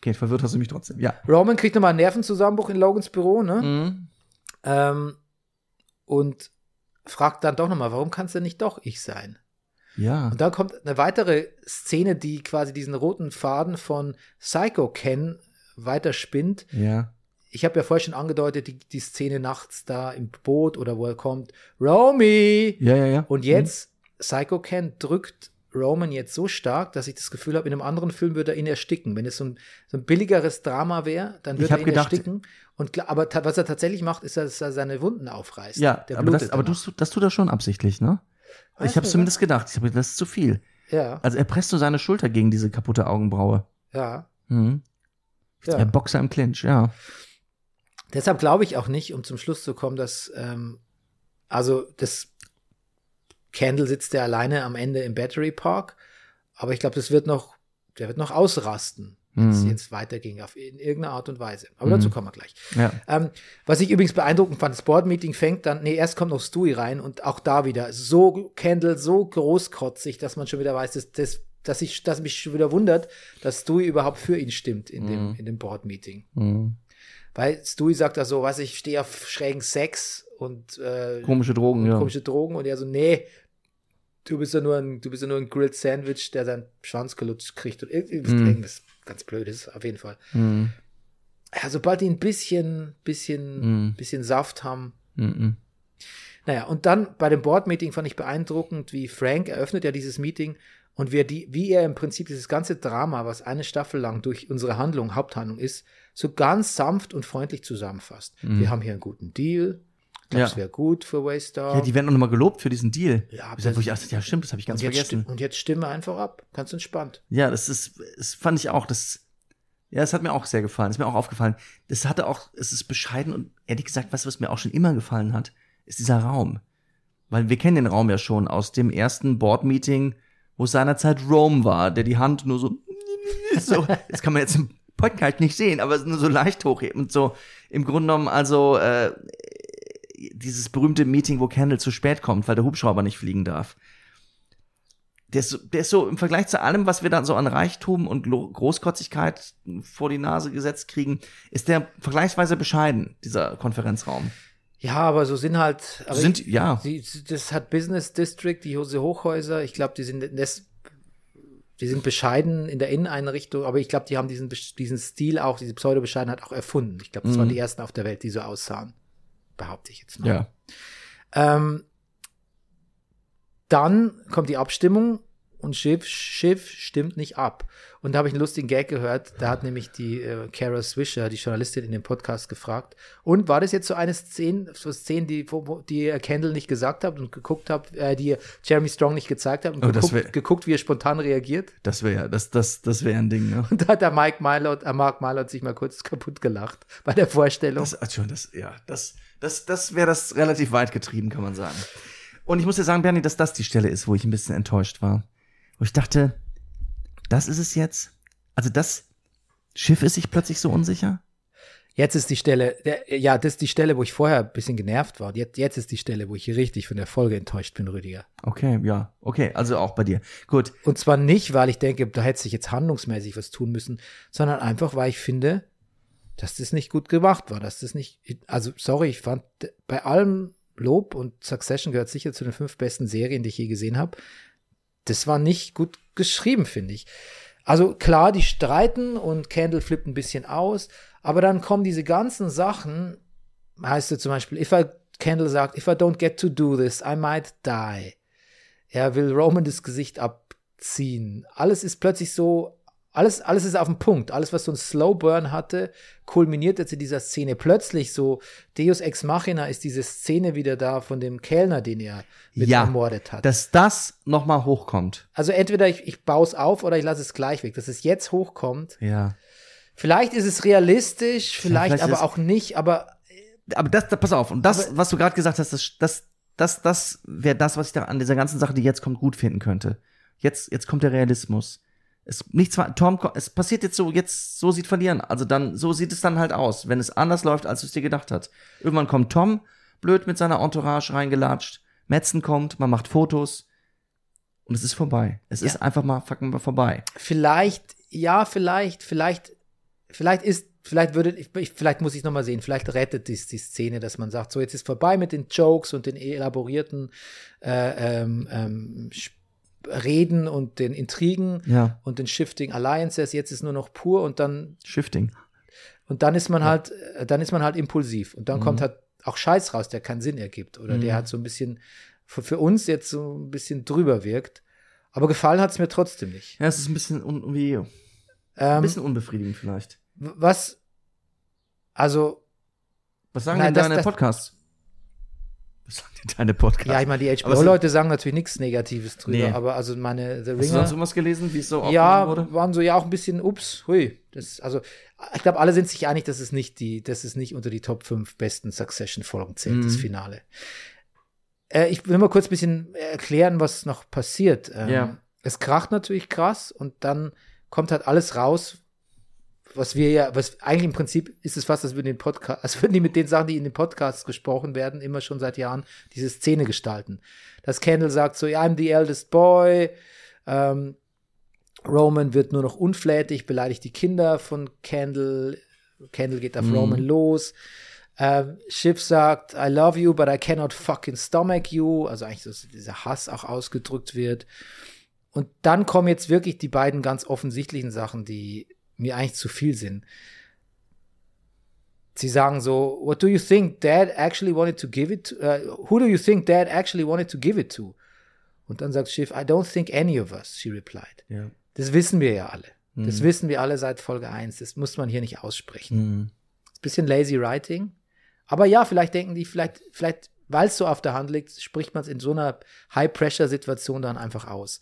[SPEAKER 2] Okay. verwirrt hast du mich trotzdem, ja.
[SPEAKER 1] Roman kriegt nochmal einen Nervenzusammenbruch in Logans Büro, ne?
[SPEAKER 2] Mhm.
[SPEAKER 1] Ähm, und fragt dann doch nochmal, warum kannst du nicht doch ich sein?
[SPEAKER 2] Ja.
[SPEAKER 1] Und dann kommt eine weitere Szene, die quasi diesen roten Faden von Psycho Ken weiterspinnt.
[SPEAKER 2] Ja.
[SPEAKER 1] ich habe ja vorher schon angedeutet, die, die Szene nachts da im Boot oder wo er kommt, Romy!
[SPEAKER 2] Ja, ja, ja.
[SPEAKER 1] Und jetzt, Psycho Ken drückt Roman jetzt so stark, dass ich das Gefühl habe, in einem anderen Film würde er ihn ersticken. Wenn es so ein, so ein billigeres Drama wäre, dann würde
[SPEAKER 2] Ich
[SPEAKER 1] er
[SPEAKER 2] hab
[SPEAKER 1] ihn
[SPEAKER 2] gedacht-
[SPEAKER 1] ersticken. Und, klar- aber ta- was er tatsächlich macht, ist, dass er seine Wunden aufreißt.
[SPEAKER 2] Ja,
[SPEAKER 1] Der
[SPEAKER 2] aber, das,
[SPEAKER 1] blutet
[SPEAKER 2] aber du,
[SPEAKER 1] danach.
[SPEAKER 2] das tut er schon absichtlich, ne?
[SPEAKER 1] Weiß
[SPEAKER 2] ich habe
[SPEAKER 1] nicht,
[SPEAKER 2] zumindest gedacht, ich hab, gedacht, das ist zu viel.
[SPEAKER 1] Ja,
[SPEAKER 2] Also er presst so seine Schulter gegen diese kaputte Augenbraue.
[SPEAKER 1] ja.
[SPEAKER 2] Mhm.
[SPEAKER 1] ja.
[SPEAKER 2] Der Boxer im Clinch, ja.
[SPEAKER 1] Deshalb glaube ich auch nicht, um zum Schluss zu kommen, dass ähm, also das Candle sitzt ja alleine am Ende im Battery Park, aber ich glaube, das wird noch, der wird noch ausrasten, wenn es
[SPEAKER 2] Mhm.
[SPEAKER 1] jetzt weiterging auf in irgendeine Art und Weise. Aber
[SPEAKER 2] Mhm.
[SPEAKER 1] dazu kommen wir gleich.
[SPEAKER 2] Ja.
[SPEAKER 1] Ähm, was ich übrigens beeindruckend fand, das Board-Meeting fängt dann, nee, erst kommt noch Stewie rein und auch da wieder so Candle so großkotzig, dass man schon wieder weiß, dass, dass, dass ich, dass mich schon wieder wundert, dass Stewie überhaupt für ihn stimmt in dem,
[SPEAKER 2] Mhm.
[SPEAKER 1] in dem Board-Meeting.
[SPEAKER 2] Mhm.
[SPEAKER 1] Weil Stewie sagt da so, was ich stehe auf schrägen Sex und äh,
[SPEAKER 2] Komische Drogen, ja.
[SPEAKER 1] komische Drogen und er so, nee, du bist ja nur ein, du bist ja nur ein Grilled Sandwich, der seinen Schwanz gelutscht kriegt und irg- irgendwas,
[SPEAKER 2] Mhm.
[SPEAKER 1] irgendwas ganz Blödes, auf jeden Fall.
[SPEAKER 2] Mhm.
[SPEAKER 1] Ja, sobald die ein bisschen, bisschen,
[SPEAKER 2] Mhm.
[SPEAKER 1] bisschen Saft haben.
[SPEAKER 2] Mhm.
[SPEAKER 1] Naja, und dann bei dem Board-Meeting fand ich beeindruckend, wie Frank eröffnet ja dieses Meeting und wie er, die, wie er im Prinzip dieses ganze Drama, was eine Staffel lang durch unsere Handlung, Haupthandlung ist, so ganz sanft und freundlich zusammenfasst.
[SPEAKER 2] Mhm.
[SPEAKER 1] Wir haben hier einen guten Deal. Ich glaube,
[SPEAKER 2] Ja.
[SPEAKER 1] es wäre gut für Waystar.
[SPEAKER 2] Ja, die werden auch nochmal gelobt für diesen Deal.
[SPEAKER 1] Ja,
[SPEAKER 2] Ja,
[SPEAKER 1] aber
[SPEAKER 2] ich sag,
[SPEAKER 1] das-
[SPEAKER 2] wo ich, ach, ja stimmt, das habe ich ganz
[SPEAKER 1] und, jetzt
[SPEAKER 2] vergessen.
[SPEAKER 1] stimme, und jetzt stimme einfach ab. Ganz entspannt.
[SPEAKER 2] Ja, das ist, das fand ich auch, das, ja, das hat mir auch sehr gefallen, ist mir auch aufgefallen. Das hatte auch, es ist bescheiden und ehrlich gesagt, was, was mir auch schon immer gefallen hat, ist dieser Raum. Weil wir kennen den Raum ja schon aus dem ersten Board-Meeting, wo es seinerzeit Rome war, der die Hand nur so, [LAUGHS] so, das kann man jetzt im Podcast nicht sehen, aber nur so leicht hochheben und so. Im Grunde genommen, also, äh, dieses berühmte Meeting, wo Candle zu spät kommt, weil der Hubschrauber nicht fliegen darf der ist, so- der ist so im Vergleich zu allem, was wir dann so an Reichtum und Glo- Großkotzigkeit vor die Nase gesetzt kriegen, ist der vergleichsweise bescheiden, dieser Konferenzraum.
[SPEAKER 1] Ja, aber so sind halt. Aber
[SPEAKER 2] Sind,
[SPEAKER 1] ich,
[SPEAKER 2] ja.
[SPEAKER 1] Sie, das hat Business District, die Hose Hochhäuser. Ich glaube, die sind das Die sind bescheiden in der Inneneinrichtung, aber ich glaube, die haben diesen, Besch- diesen Stil auch, diese Pseudo-Bescheidenheit auch erfunden. Ich glaube, das
[SPEAKER 2] Mhm.
[SPEAKER 1] waren die ersten auf der Welt, die so aussahen. Behaupte ich jetzt mal.
[SPEAKER 2] Ja.
[SPEAKER 1] Ähm, dann kommt die Abstimmung und Schiff, Schiff stimmt nicht ab. Und da habe ich einen lustigen Gag gehört. Da hat nämlich die äh, Kara Swisher, die Journalistin, in dem Podcast gefragt. Und war das jetzt so eine Szene, so Szene die, wo- wo- die äh, Kendall nicht gesagt hat und geguckt hat, äh, die Jeremy Strong nicht gezeigt hat und
[SPEAKER 2] Oh, das wär-
[SPEAKER 1] geguckt, geguckt, wie er spontan reagiert? [LAUGHS]
[SPEAKER 2] Das wäre ja, das, das, das wäre ein Ding, ne?
[SPEAKER 1] Und da hat der Mike Mylord, äh, Mark Mylord sich mal kurz kaputt gelacht bei der Vorstellung.
[SPEAKER 2] Das, also das, ja, das, das, das wäre das relativ weit getrieben, kann man sagen. Und ich muss dir sagen, Bernie, dass das die Stelle ist, wo ich ein bisschen enttäuscht war. Wo ich dachte, das ist es jetzt? Also das Schiff ist sich plötzlich so unsicher?
[SPEAKER 1] Jetzt ist die Stelle, der, ja, das ist die Stelle, wo ich vorher ein bisschen genervt war. Und Jetzt, jetzt ist die Stelle, wo ich richtig von der Folge enttäuscht bin, Rüdiger.
[SPEAKER 2] Okay, ja, okay, also auch bei dir. Gut,
[SPEAKER 1] Und zwar nicht, weil ich denke, da hätte sich jetzt handlungsmäßig was tun müssen, sondern einfach, weil ich finde, dass das nicht gut gemacht war. Dass das nicht, also sorry, ich fand bei allem Lob und Succession gehört sicher zu den fünf besten Serien, die ich je gesehen habe. Das war nicht gut geschrieben, finde ich. Also klar, die streiten und Candle flippt ein bisschen aus, aber dann kommen diese ganzen Sachen, heißt es zum Beispiel, if I, Candle sagt, if I don't get to do this, I might die. Er will Roman das Gesicht abziehen. Alles ist plötzlich so, alles, alles ist auf dem Punkt. Alles, was so ein Slow Burn hatte, kulminiert jetzt in dieser Szene. Plötzlich so, Deus Ex Machina ist diese Szene wieder da von dem Kellner, den er mit
[SPEAKER 2] Ja,
[SPEAKER 1] ermordet hat.
[SPEAKER 2] dass das nochmal hochkommt.
[SPEAKER 1] Also entweder ich, ich baue es auf oder ich lasse es gleich weg, dass es jetzt hochkommt.
[SPEAKER 2] Ja.
[SPEAKER 1] Vielleicht ist es realistisch, vielleicht,
[SPEAKER 2] vielleicht ist-
[SPEAKER 1] aber auch nicht, aber
[SPEAKER 2] aber das, da- pass auf, und das,
[SPEAKER 1] Aber-
[SPEAKER 2] was du gerade gesagt hast, das, das, das, das wäre das, was ich da an dieser ganzen Sache, die jetzt kommt, gut finden könnte. Jetzt, jetzt kommt der Realismus. Es, nichts, war- Tom, ko- es passiert jetzt so, jetzt, so sieht verlieren. Also dann, so sieht es dann halt aus, wenn es anders läuft, als du es dir gedacht hast. Irgendwann kommt Tom, blöd mit seiner Entourage reingelatscht, Metzen kommt, man macht Fotos und es ist vorbei. Es ist einfach mal fucking mal vorbei.
[SPEAKER 1] vielleicht, ja, vielleicht, vielleicht, vielleicht ist, vielleicht würde, ich, ich- vielleicht muss ich es nochmal sehen, vielleicht rettet dies die Szene, dass man sagt, so jetzt ist vorbei mit den Jokes und den elaborierten äh, ähm, ähm, Sp- Reden und den Intrigen
[SPEAKER 2] Ja.
[SPEAKER 1] und den Shifting Alliances, jetzt ist nur noch pur und dann
[SPEAKER 2] Shifting.
[SPEAKER 1] Und dann ist man halt, äh, dann ist man halt impulsiv. Und dann kommt halt auch Scheiß raus, der keinen Sinn ergibt. Oder der
[SPEAKER 2] Mhm.
[SPEAKER 1] hat so ein bisschen, für, für uns jetzt so ein bisschen drüber wirkt. Aber gefallen hat es mir trotzdem nicht.
[SPEAKER 2] Ja, es ist ein bisschen, un, irgendwie, ein
[SPEAKER 1] Ähm, w-
[SPEAKER 2] bisschen unbefriedigend vielleicht.
[SPEAKER 1] was, also,
[SPEAKER 2] Was sagen
[SPEAKER 1] Nein,
[SPEAKER 2] denn
[SPEAKER 1] das-
[SPEAKER 2] deine
[SPEAKER 1] das-
[SPEAKER 2] Podcasts? Was sagen denn deine Podcasts?
[SPEAKER 1] ja, ich meine, die
[SPEAKER 2] Aber es-
[SPEAKER 1] HBO-Leute sagen natürlich nichts Negatives drüber,
[SPEAKER 2] Nee.
[SPEAKER 1] aber also meine The
[SPEAKER 2] Hast du sonst
[SPEAKER 1] Ringer.
[SPEAKER 2] irgendwas gelesen, wie es so
[SPEAKER 1] Ja,
[SPEAKER 2] aufgenommen wurde?
[SPEAKER 1] waren so ja auch ein bisschen, ups, hui. Das, also, ich glaube, alle sind sich einig, dass es nicht die, dass es nicht unter die Top 5 besten Succession-Folgen zählt, das
[SPEAKER 2] Mhm.
[SPEAKER 1] Finale. Äh, ich will mal kurz ein bisschen erklären, was noch passiert. Ähm,
[SPEAKER 2] Ja.
[SPEAKER 1] Es kracht natürlich krass und dann kommt halt alles raus, was wir ja, was eigentlich im Prinzip ist es fast, als würden, den Podcast, als würden die mit den Sachen, die in den Podcasts gesprochen werden, immer schon seit Jahren diese Szene gestalten. Dass Kendall sagt so, "Ja, I'm the eldest boy, ähm, Roman wird nur noch unflätig, beleidigt die Kinder von Kendall, Kendall geht auf
[SPEAKER 2] Mhm.
[SPEAKER 1] Roman los. Ähm, Schiff sagt, I love you, but I cannot fucking stomach you. Also eigentlich, dass dieser Hass auch ausgedrückt wird. Und dann kommen jetzt wirklich die beiden ganz offensichtlichen Sachen, die mir eigentlich zu viel sind. Sie sagen so, what do you think dad actually wanted to give it to, äh, who do you think dad actually wanted to give it to? Und dann sagt Schiff, I don't think any of us, she replied.
[SPEAKER 2] Ja.
[SPEAKER 1] Das wissen wir ja alle. Das
[SPEAKER 2] Mhm.
[SPEAKER 1] wissen wir alle seit Folge 1. Das muss man hier nicht aussprechen
[SPEAKER 2] Hm.
[SPEAKER 1] bisschen lazy writing. Aber ja, vielleicht denken die, vielleicht, vielleicht, weil es so auf der Hand liegt, spricht man es in so einer High-Pressure-Situation dann einfach aus.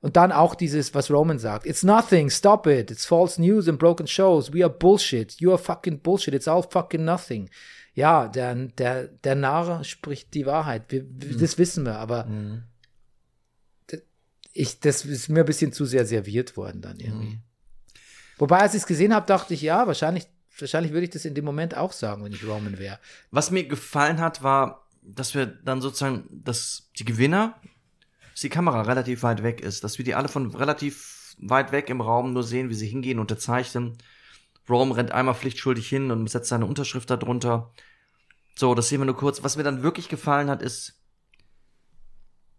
[SPEAKER 1] Und dann auch dieses, was Roman sagt. It's nothing, stop it. It's false news and broken shows. We are bullshit. You are fucking bullshit. It's all fucking nothing. Ja, der, der, der Narr spricht die Wahrheit. Wir, wir- Das wissen wir, aber
[SPEAKER 2] Hm.
[SPEAKER 1] ich, das ist mir ein bisschen zu sehr serviert worden dann irgendwie. Wobei, als ich es gesehen habe, dachte ich, ja, wahrscheinlich, wahrscheinlich würde ich das in dem Moment auch sagen, wenn ich Roman wäre.
[SPEAKER 2] Was mir gefallen hat, war, dass wir dann sozusagen, dass die Gewinner, dass die Kamera relativ weit weg ist, dass wir die alle von relativ weit weg im Raum nur sehen, wie sie hingehen, unterzeichnen. Rome rennt einmal pflichtschuldig hin und setzt seine Unterschrift darunter. So, das sehen wir nur kurz. Was mir dann wirklich gefallen hat, ist,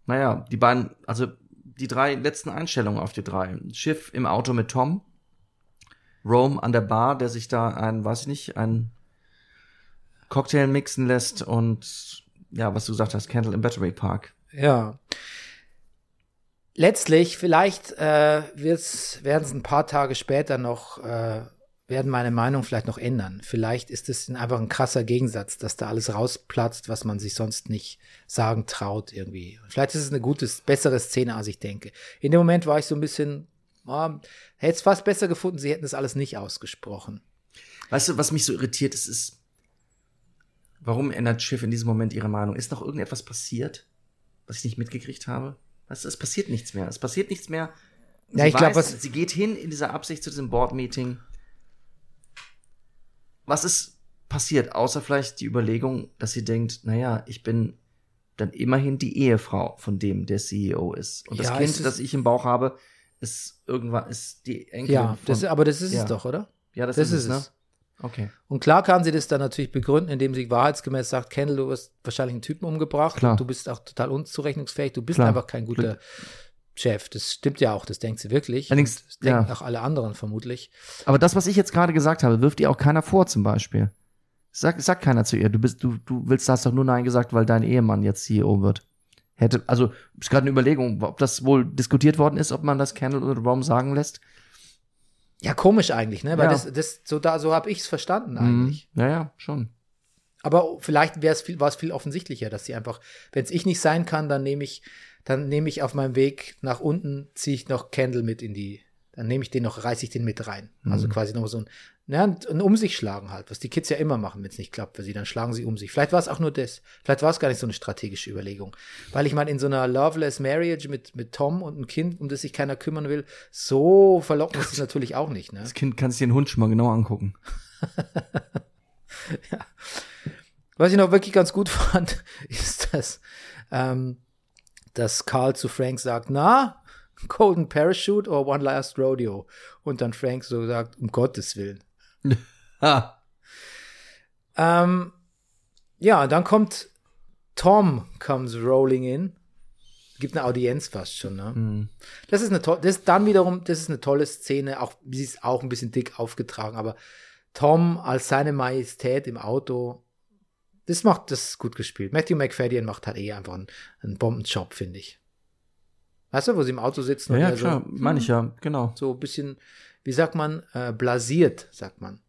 [SPEAKER 2] naja, die beiden, also die drei letzten Einstellungen auf die drei. Schiff im Auto mit Tom, Rome an der Bar, der sich da ein, weiß ich nicht, ein Cocktail mixen lässt und ja, was du gesagt hast, Candle im Battery Park.
[SPEAKER 1] Ja. Letztlich, vielleicht äh, wird's, werden es ein paar Tage später noch, äh, werden meine Meinung vielleicht noch ändern. Vielleicht ist es einfach ein krasser Gegensatz, dass da alles rausplatzt, was man sich sonst nicht sagen traut irgendwie. Vielleicht ist es eine gute, bessere Szene, als ich denke. In dem Moment war ich so ein bisschen, ah, hätte es fast besser gefunden, sie hätten das alles nicht ausgesprochen.
[SPEAKER 2] Weißt du, was mich so irritiert, ist, ist, warum ändert Schiff in diesem Moment ihre Meinung? Ist noch irgendetwas passiert, was ich nicht mitgekriegt habe? Weißt du, es passiert nichts mehr. Es passiert nichts mehr.
[SPEAKER 1] Ja,
[SPEAKER 2] Sie
[SPEAKER 1] ich glaub,
[SPEAKER 2] weiß,
[SPEAKER 1] was-
[SPEAKER 2] sie geht hin in dieser Absicht zu diesem Board-Meeting. Was ist passiert? Außer vielleicht die Überlegung, dass sie denkt, naja, ich bin dann immerhin die Ehefrau von dem, der CEO ist. Und das
[SPEAKER 1] Ja, es
[SPEAKER 2] Kind,
[SPEAKER 1] ist-
[SPEAKER 2] das ich im Bauch habe, ist irgendwann, ist die Enkelin
[SPEAKER 1] Ja, das,
[SPEAKER 2] von,
[SPEAKER 1] aber das ist
[SPEAKER 2] ja.
[SPEAKER 1] es doch, oder?
[SPEAKER 2] ja, das,
[SPEAKER 1] das
[SPEAKER 2] ist,
[SPEAKER 1] ist
[SPEAKER 2] es, ne?
[SPEAKER 1] es.
[SPEAKER 2] Okay.
[SPEAKER 1] Und klar kann sie das dann natürlich begründen, indem sie wahrheitsgemäß sagt, Kendall, du hast wahrscheinlich einen Typen umgebracht,
[SPEAKER 2] Klar.
[SPEAKER 1] und du bist auch total unzurechnungsfähig, du bist
[SPEAKER 2] Klar.
[SPEAKER 1] einfach kein guter Chef. Das stimmt ja auch, das denkt sie wirklich.
[SPEAKER 2] Allerdings,
[SPEAKER 1] Und das denken
[SPEAKER 2] ja.
[SPEAKER 1] auch alle anderen vermutlich.
[SPEAKER 2] Aber das, was ich jetzt gerade gesagt habe, wirft ihr auch keiner vor, zum Beispiel. Sagt sagt keiner zu ihr, du bist, du, du willst, hast doch nur Nein gesagt, weil dein Ehemann jetzt CEO wird. Hätte, also, ist gerade eine Überlegung, ob das wohl diskutiert worden ist, ob man das Candle oder Baum sagen lässt.
[SPEAKER 1] Ja, komisch eigentlich, ne? Weil
[SPEAKER 2] Ja.
[SPEAKER 1] das, das, so da, so habe ich es verstanden eigentlich.
[SPEAKER 2] Mhm. Ja, ja, schon.
[SPEAKER 1] Aber vielleicht wäre es viel, war es viel offensichtlicher, dass sie einfach, wenn es ich nicht sein kann, dann nehme ich, dann nehme ich auf meinem Weg nach unten, ziehe ich noch Candle mit in die, dann nehme ich den noch, reiße ich den mit rein. Also
[SPEAKER 2] Mhm.
[SPEAKER 1] quasi nochmal so ein, na, ein, ein Um sich schlagen halt, was die Kids ja immer machen, wenn es nicht klappt für sie, dann schlagen sie um sich. Vielleicht war es auch nur das. Vielleicht war es gar nicht so eine strategische Überlegung. Weil ich meine, in so einer loveless Marriage mit, mit Tom und einem Kind, um das sich keiner kümmern will, so verlockend ist es natürlich auch nicht, ne?
[SPEAKER 2] Das Kind kannst dir den Hund schon mal genau angucken. [LAUGHS]
[SPEAKER 1] Was ich noch wirklich ganz gut [LAUGHS] fand, ist, dass, ähm, dass Carl zu Frank sagt, na, Golden Parachute or One Last Rodeo? Und dann Frank so sagt, um Gottes Willen.
[SPEAKER 2] Ah,
[SPEAKER 1] Ähm, ja, dann kommt Tom comes rolling in. Gibt eine Audienz fast schon, ne?
[SPEAKER 2] mhm.
[SPEAKER 1] Das ist eine tolle, das dann wiederum, das ist eine tolle Szene, auch, sie ist auch ein bisschen dick aufgetragen, aber Tom als seine Majestät im Auto, das macht, das ist gut gespielt. Matthew McFadden macht halt eh einfach einen, einen Bombenjob, finde ich. Weißt du, wo sie im Auto sitzen
[SPEAKER 2] ja, ja,
[SPEAKER 1] er so- hm,
[SPEAKER 2] klar, meine ich ja, genau.
[SPEAKER 1] So ein bisschen, wie sagt man, äh, blasiert, sagt man.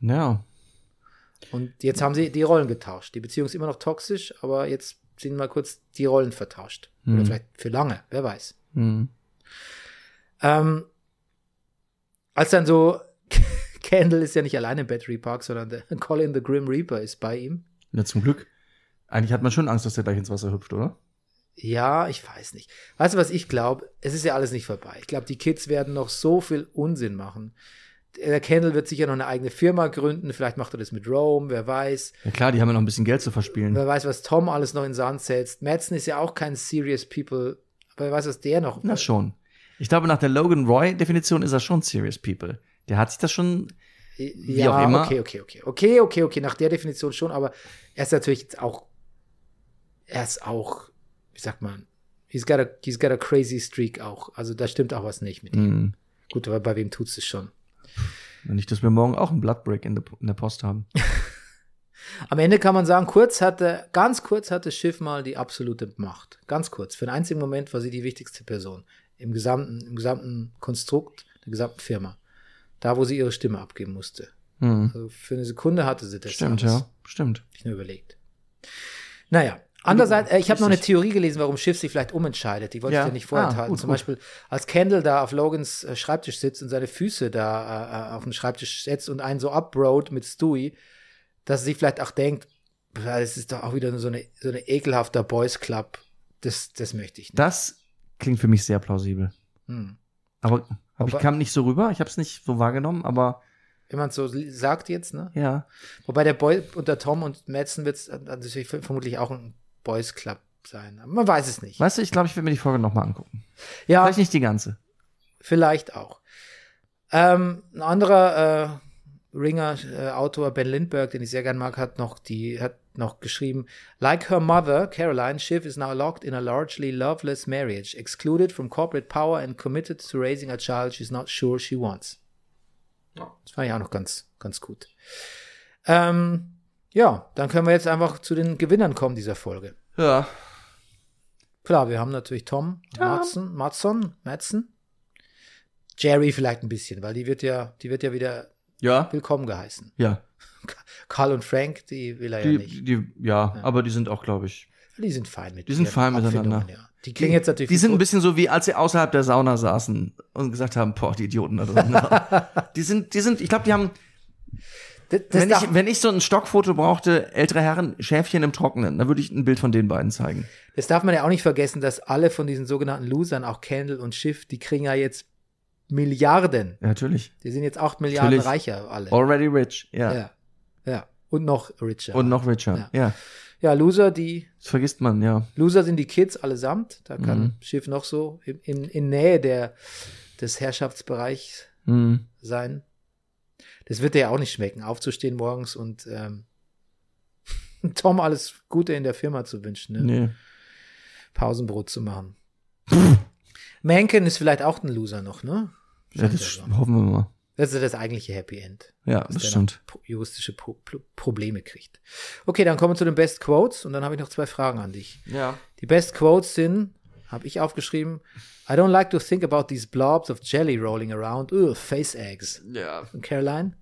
[SPEAKER 2] Ja.
[SPEAKER 1] Und jetzt haben sie die Rollen getauscht. Die Beziehung ist immer noch toxisch, aber jetzt sind mal kurz die Rollen vertauscht. Oder
[SPEAKER 2] Mhm.
[SPEAKER 1] vielleicht für lange, wer weiß.
[SPEAKER 2] Mhm.
[SPEAKER 1] Ähm, als dann so, [LAUGHS] Candle ist ja nicht allein im Battery Park, sondern der [LAUGHS] Colin the Grim Reaper ist bei ihm.
[SPEAKER 2] ja, zum Glück. Eigentlich hat man schon Angst, dass der gleich ins Wasser hüpft, oder?
[SPEAKER 1] Ja, ich weiß nicht. Weißt du, was ich glaube? Es ist ja alles nicht vorbei. Ich glaube, die Kids werden noch so viel Unsinn machen. Der Candle wird sicher noch eine eigene Firma gründen. Vielleicht macht er das mit Rome, wer weiß.
[SPEAKER 2] Ja klar, die haben ja noch ein bisschen Geld zu verspielen.
[SPEAKER 1] Wer weiß, was Tom alles noch in den Sand setzt. Madsen ist ja auch kein Serious People. Aber wer weiß, was der noch.
[SPEAKER 2] Na schon. Ich glaube, nach der Logan Roy-Definition ist er schon Serious People. Der hat sich das schon.
[SPEAKER 1] Wie
[SPEAKER 2] auch immer.
[SPEAKER 1] Okay, okay, okay. Okay, okay, okay. Nach der Definition schon, aber er ist natürlich jetzt auch. Er ist auch, wie sagt man, he's got a, he's got a crazy streak auch. Also da stimmt auch was nicht mit ihm.
[SPEAKER 2] Mh,
[SPEAKER 1] Gut, aber bei wem tut's es schon?
[SPEAKER 2] nicht, dass wir morgen auch einen Bloodbreak in, der- in der Post haben.
[SPEAKER 1] Am Ende kann man sagen, kurz hatte, ganz kurz hatte Schiff mal die absolute Macht. Ganz kurz. Für einen einzigen Moment war sie die wichtigste Person. Im gesamten, im gesamten Konstrukt, der gesamten Firma. Da, wo sie ihre Stimme abgeben musste.
[SPEAKER 2] Hm.
[SPEAKER 1] Also für eine Sekunde hatte sie das.
[SPEAKER 2] Stimmt,
[SPEAKER 1] alles.
[SPEAKER 2] ja. Stimmt.
[SPEAKER 1] Ich nur überlegt. Naja, andererseits, äh, ich habe noch eine
[SPEAKER 2] Richtig.
[SPEAKER 1] Theorie gelesen, warum Schiff sich vielleicht umentscheidet. Die wollte
[SPEAKER 2] Ja.
[SPEAKER 1] ich ja nicht vorenthalten.
[SPEAKER 2] Ah, gut,
[SPEAKER 1] Zum
[SPEAKER 2] gut.
[SPEAKER 1] Beispiel, als Kendall da auf Logans äh, Schreibtisch sitzt und seine Füße da äh, äh, auf den Schreibtisch setzt und einen so uprollt mit Stewie, dass sie vielleicht auch denkt, "Pff, das ist doch auch wieder so eine, so eine ekelhafter Boys Club. Das, das möchte ich nicht.
[SPEAKER 2] Das klingt für mich sehr plausibel.
[SPEAKER 1] Hm.
[SPEAKER 2] Aber, aber ich
[SPEAKER 1] Aber-
[SPEAKER 2] kam nicht so rüber. Ich habe es nicht so wahrgenommen, aber
[SPEAKER 1] Wenn man so li- sagt jetzt, ne?
[SPEAKER 2] ja.
[SPEAKER 1] Wobei der Boy unter Tom und Madsen wird es natürlich vermutlich auch ein Boys Club sein. Aber man weiß es nicht.
[SPEAKER 2] Weißt du, ich glaube, ich werde mir die Folge nochmal angucken.
[SPEAKER 1] Ja.
[SPEAKER 2] Vielleicht nicht die ganze.
[SPEAKER 1] Vielleicht auch. Ähm, ein anderer äh, Ringer, äh, Autor Ben Lindbergh, den ich sehr gern mag, hat noch die hat noch geschrieben: Like her mother, Caroline Schiff is now locked in a largely loveless marriage, excluded from corporate power and committed to raising a child she's not sure she wants. Das fand ich auch noch ganz ganz gut. Ähm, ja, dann können wir jetzt einfach zu den Gewinnern kommen dieser Folge.
[SPEAKER 2] Ja.
[SPEAKER 1] Klar, wir haben natürlich Tom, Madsen, Madson, Madsen, Jerry vielleicht ein bisschen, weil die wird ja, die wird ja wieder
[SPEAKER 2] Ja.
[SPEAKER 1] willkommen geheißen.
[SPEAKER 2] Ja.
[SPEAKER 1] Carl und Frank, die will er ja
[SPEAKER 2] Die,
[SPEAKER 1] nicht.
[SPEAKER 2] die, ja, aber die sind auch, glaube ich.
[SPEAKER 1] Die sind fein mit
[SPEAKER 2] Die sind
[SPEAKER 1] ihren
[SPEAKER 2] fein miteinander.
[SPEAKER 1] Abfindungen, Ja. Die klingen jetzt natürlich.
[SPEAKER 2] Die sind ein bisschen so, wie als sie außerhalb der Sauna saßen und gesagt haben: Boah, die Idioten da drin.
[SPEAKER 1] [LAUGHS]
[SPEAKER 2] die sind, die sind, ich glaube, die haben.
[SPEAKER 1] Das, das
[SPEAKER 2] Wenn
[SPEAKER 1] darf,
[SPEAKER 2] ich, wenn ich so ein Stockfoto brauchte, ältere Herren, Schäfchen im Trockenen, dann würde ich ein Bild von den beiden zeigen.
[SPEAKER 1] das darf man ja auch nicht vergessen, dass alle von diesen sogenannten Losern, auch Kendall und Schiff, die kriegen ja jetzt Milliarden.
[SPEAKER 2] Ja, natürlich.
[SPEAKER 1] Die sind jetzt 8 Milliarden
[SPEAKER 2] Natürlich.
[SPEAKER 1] reicher alle.
[SPEAKER 2] Äh, Already rich, ja.
[SPEAKER 1] ja. ja. Und noch richer.
[SPEAKER 2] Und noch richer, ja.
[SPEAKER 1] ja, Loser, die
[SPEAKER 2] Das vergisst man, ja.
[SPEAKER 1] Loser sind die Kids allesamt. Da kann
[SPEAKER 2] Mhm.
[SPEAKER 1] Schiff noch so in, in, in Nähe der, des Herrschaftsbereichs
[SPEAKER 2] Hm.
[SPEAKER 1] sein. Das wird dir ja auch nicht schmecken, aufzustehen morgens und ähm, [LAUGHS] Tom alles Gute in der Firma zu wünschen, ne?
[SPEAKER 2] Nee.
[SPEAKER 1] Pausenbrot zu machen. [LAUGHS] Menken ist vielleicht auch ein Loser noch, ne?
[SPEAKER 2] Ja,
[SPEAKER 1] Scheint
[SPEAKER 2] das
[SPEAKER 1] ja
[SPEAKER 2] sch-
[SPEAKER 1] so.
[SPEAKER 2] hoffen wir mal.
[SPEAKER 1] das ist das eigentliche Happy End.
[SPEAKER 2] Ja,
[SPEAKER 1] dass
[SPEAKER 2] das
[SPEAKER 1] der
[SPEAKER 2] stimmt.
[SPEAKER 1] noch pro- juristische pro Pro- Probleme kriegt. Okay, dann kommen wir zu den Best Quotes und dann habe ich noch zwei Fragen an dich.
[SPEAKER 2] Ja.
[SPEAKER 1] Die Best Quotes sind, habe ich aufgeschrieben, I don't like to think about these blobs of jelly rolling around. Ugh, face eggs.
[SPEAKER 2] Ja.
[SPEAKER 1] von Caroline.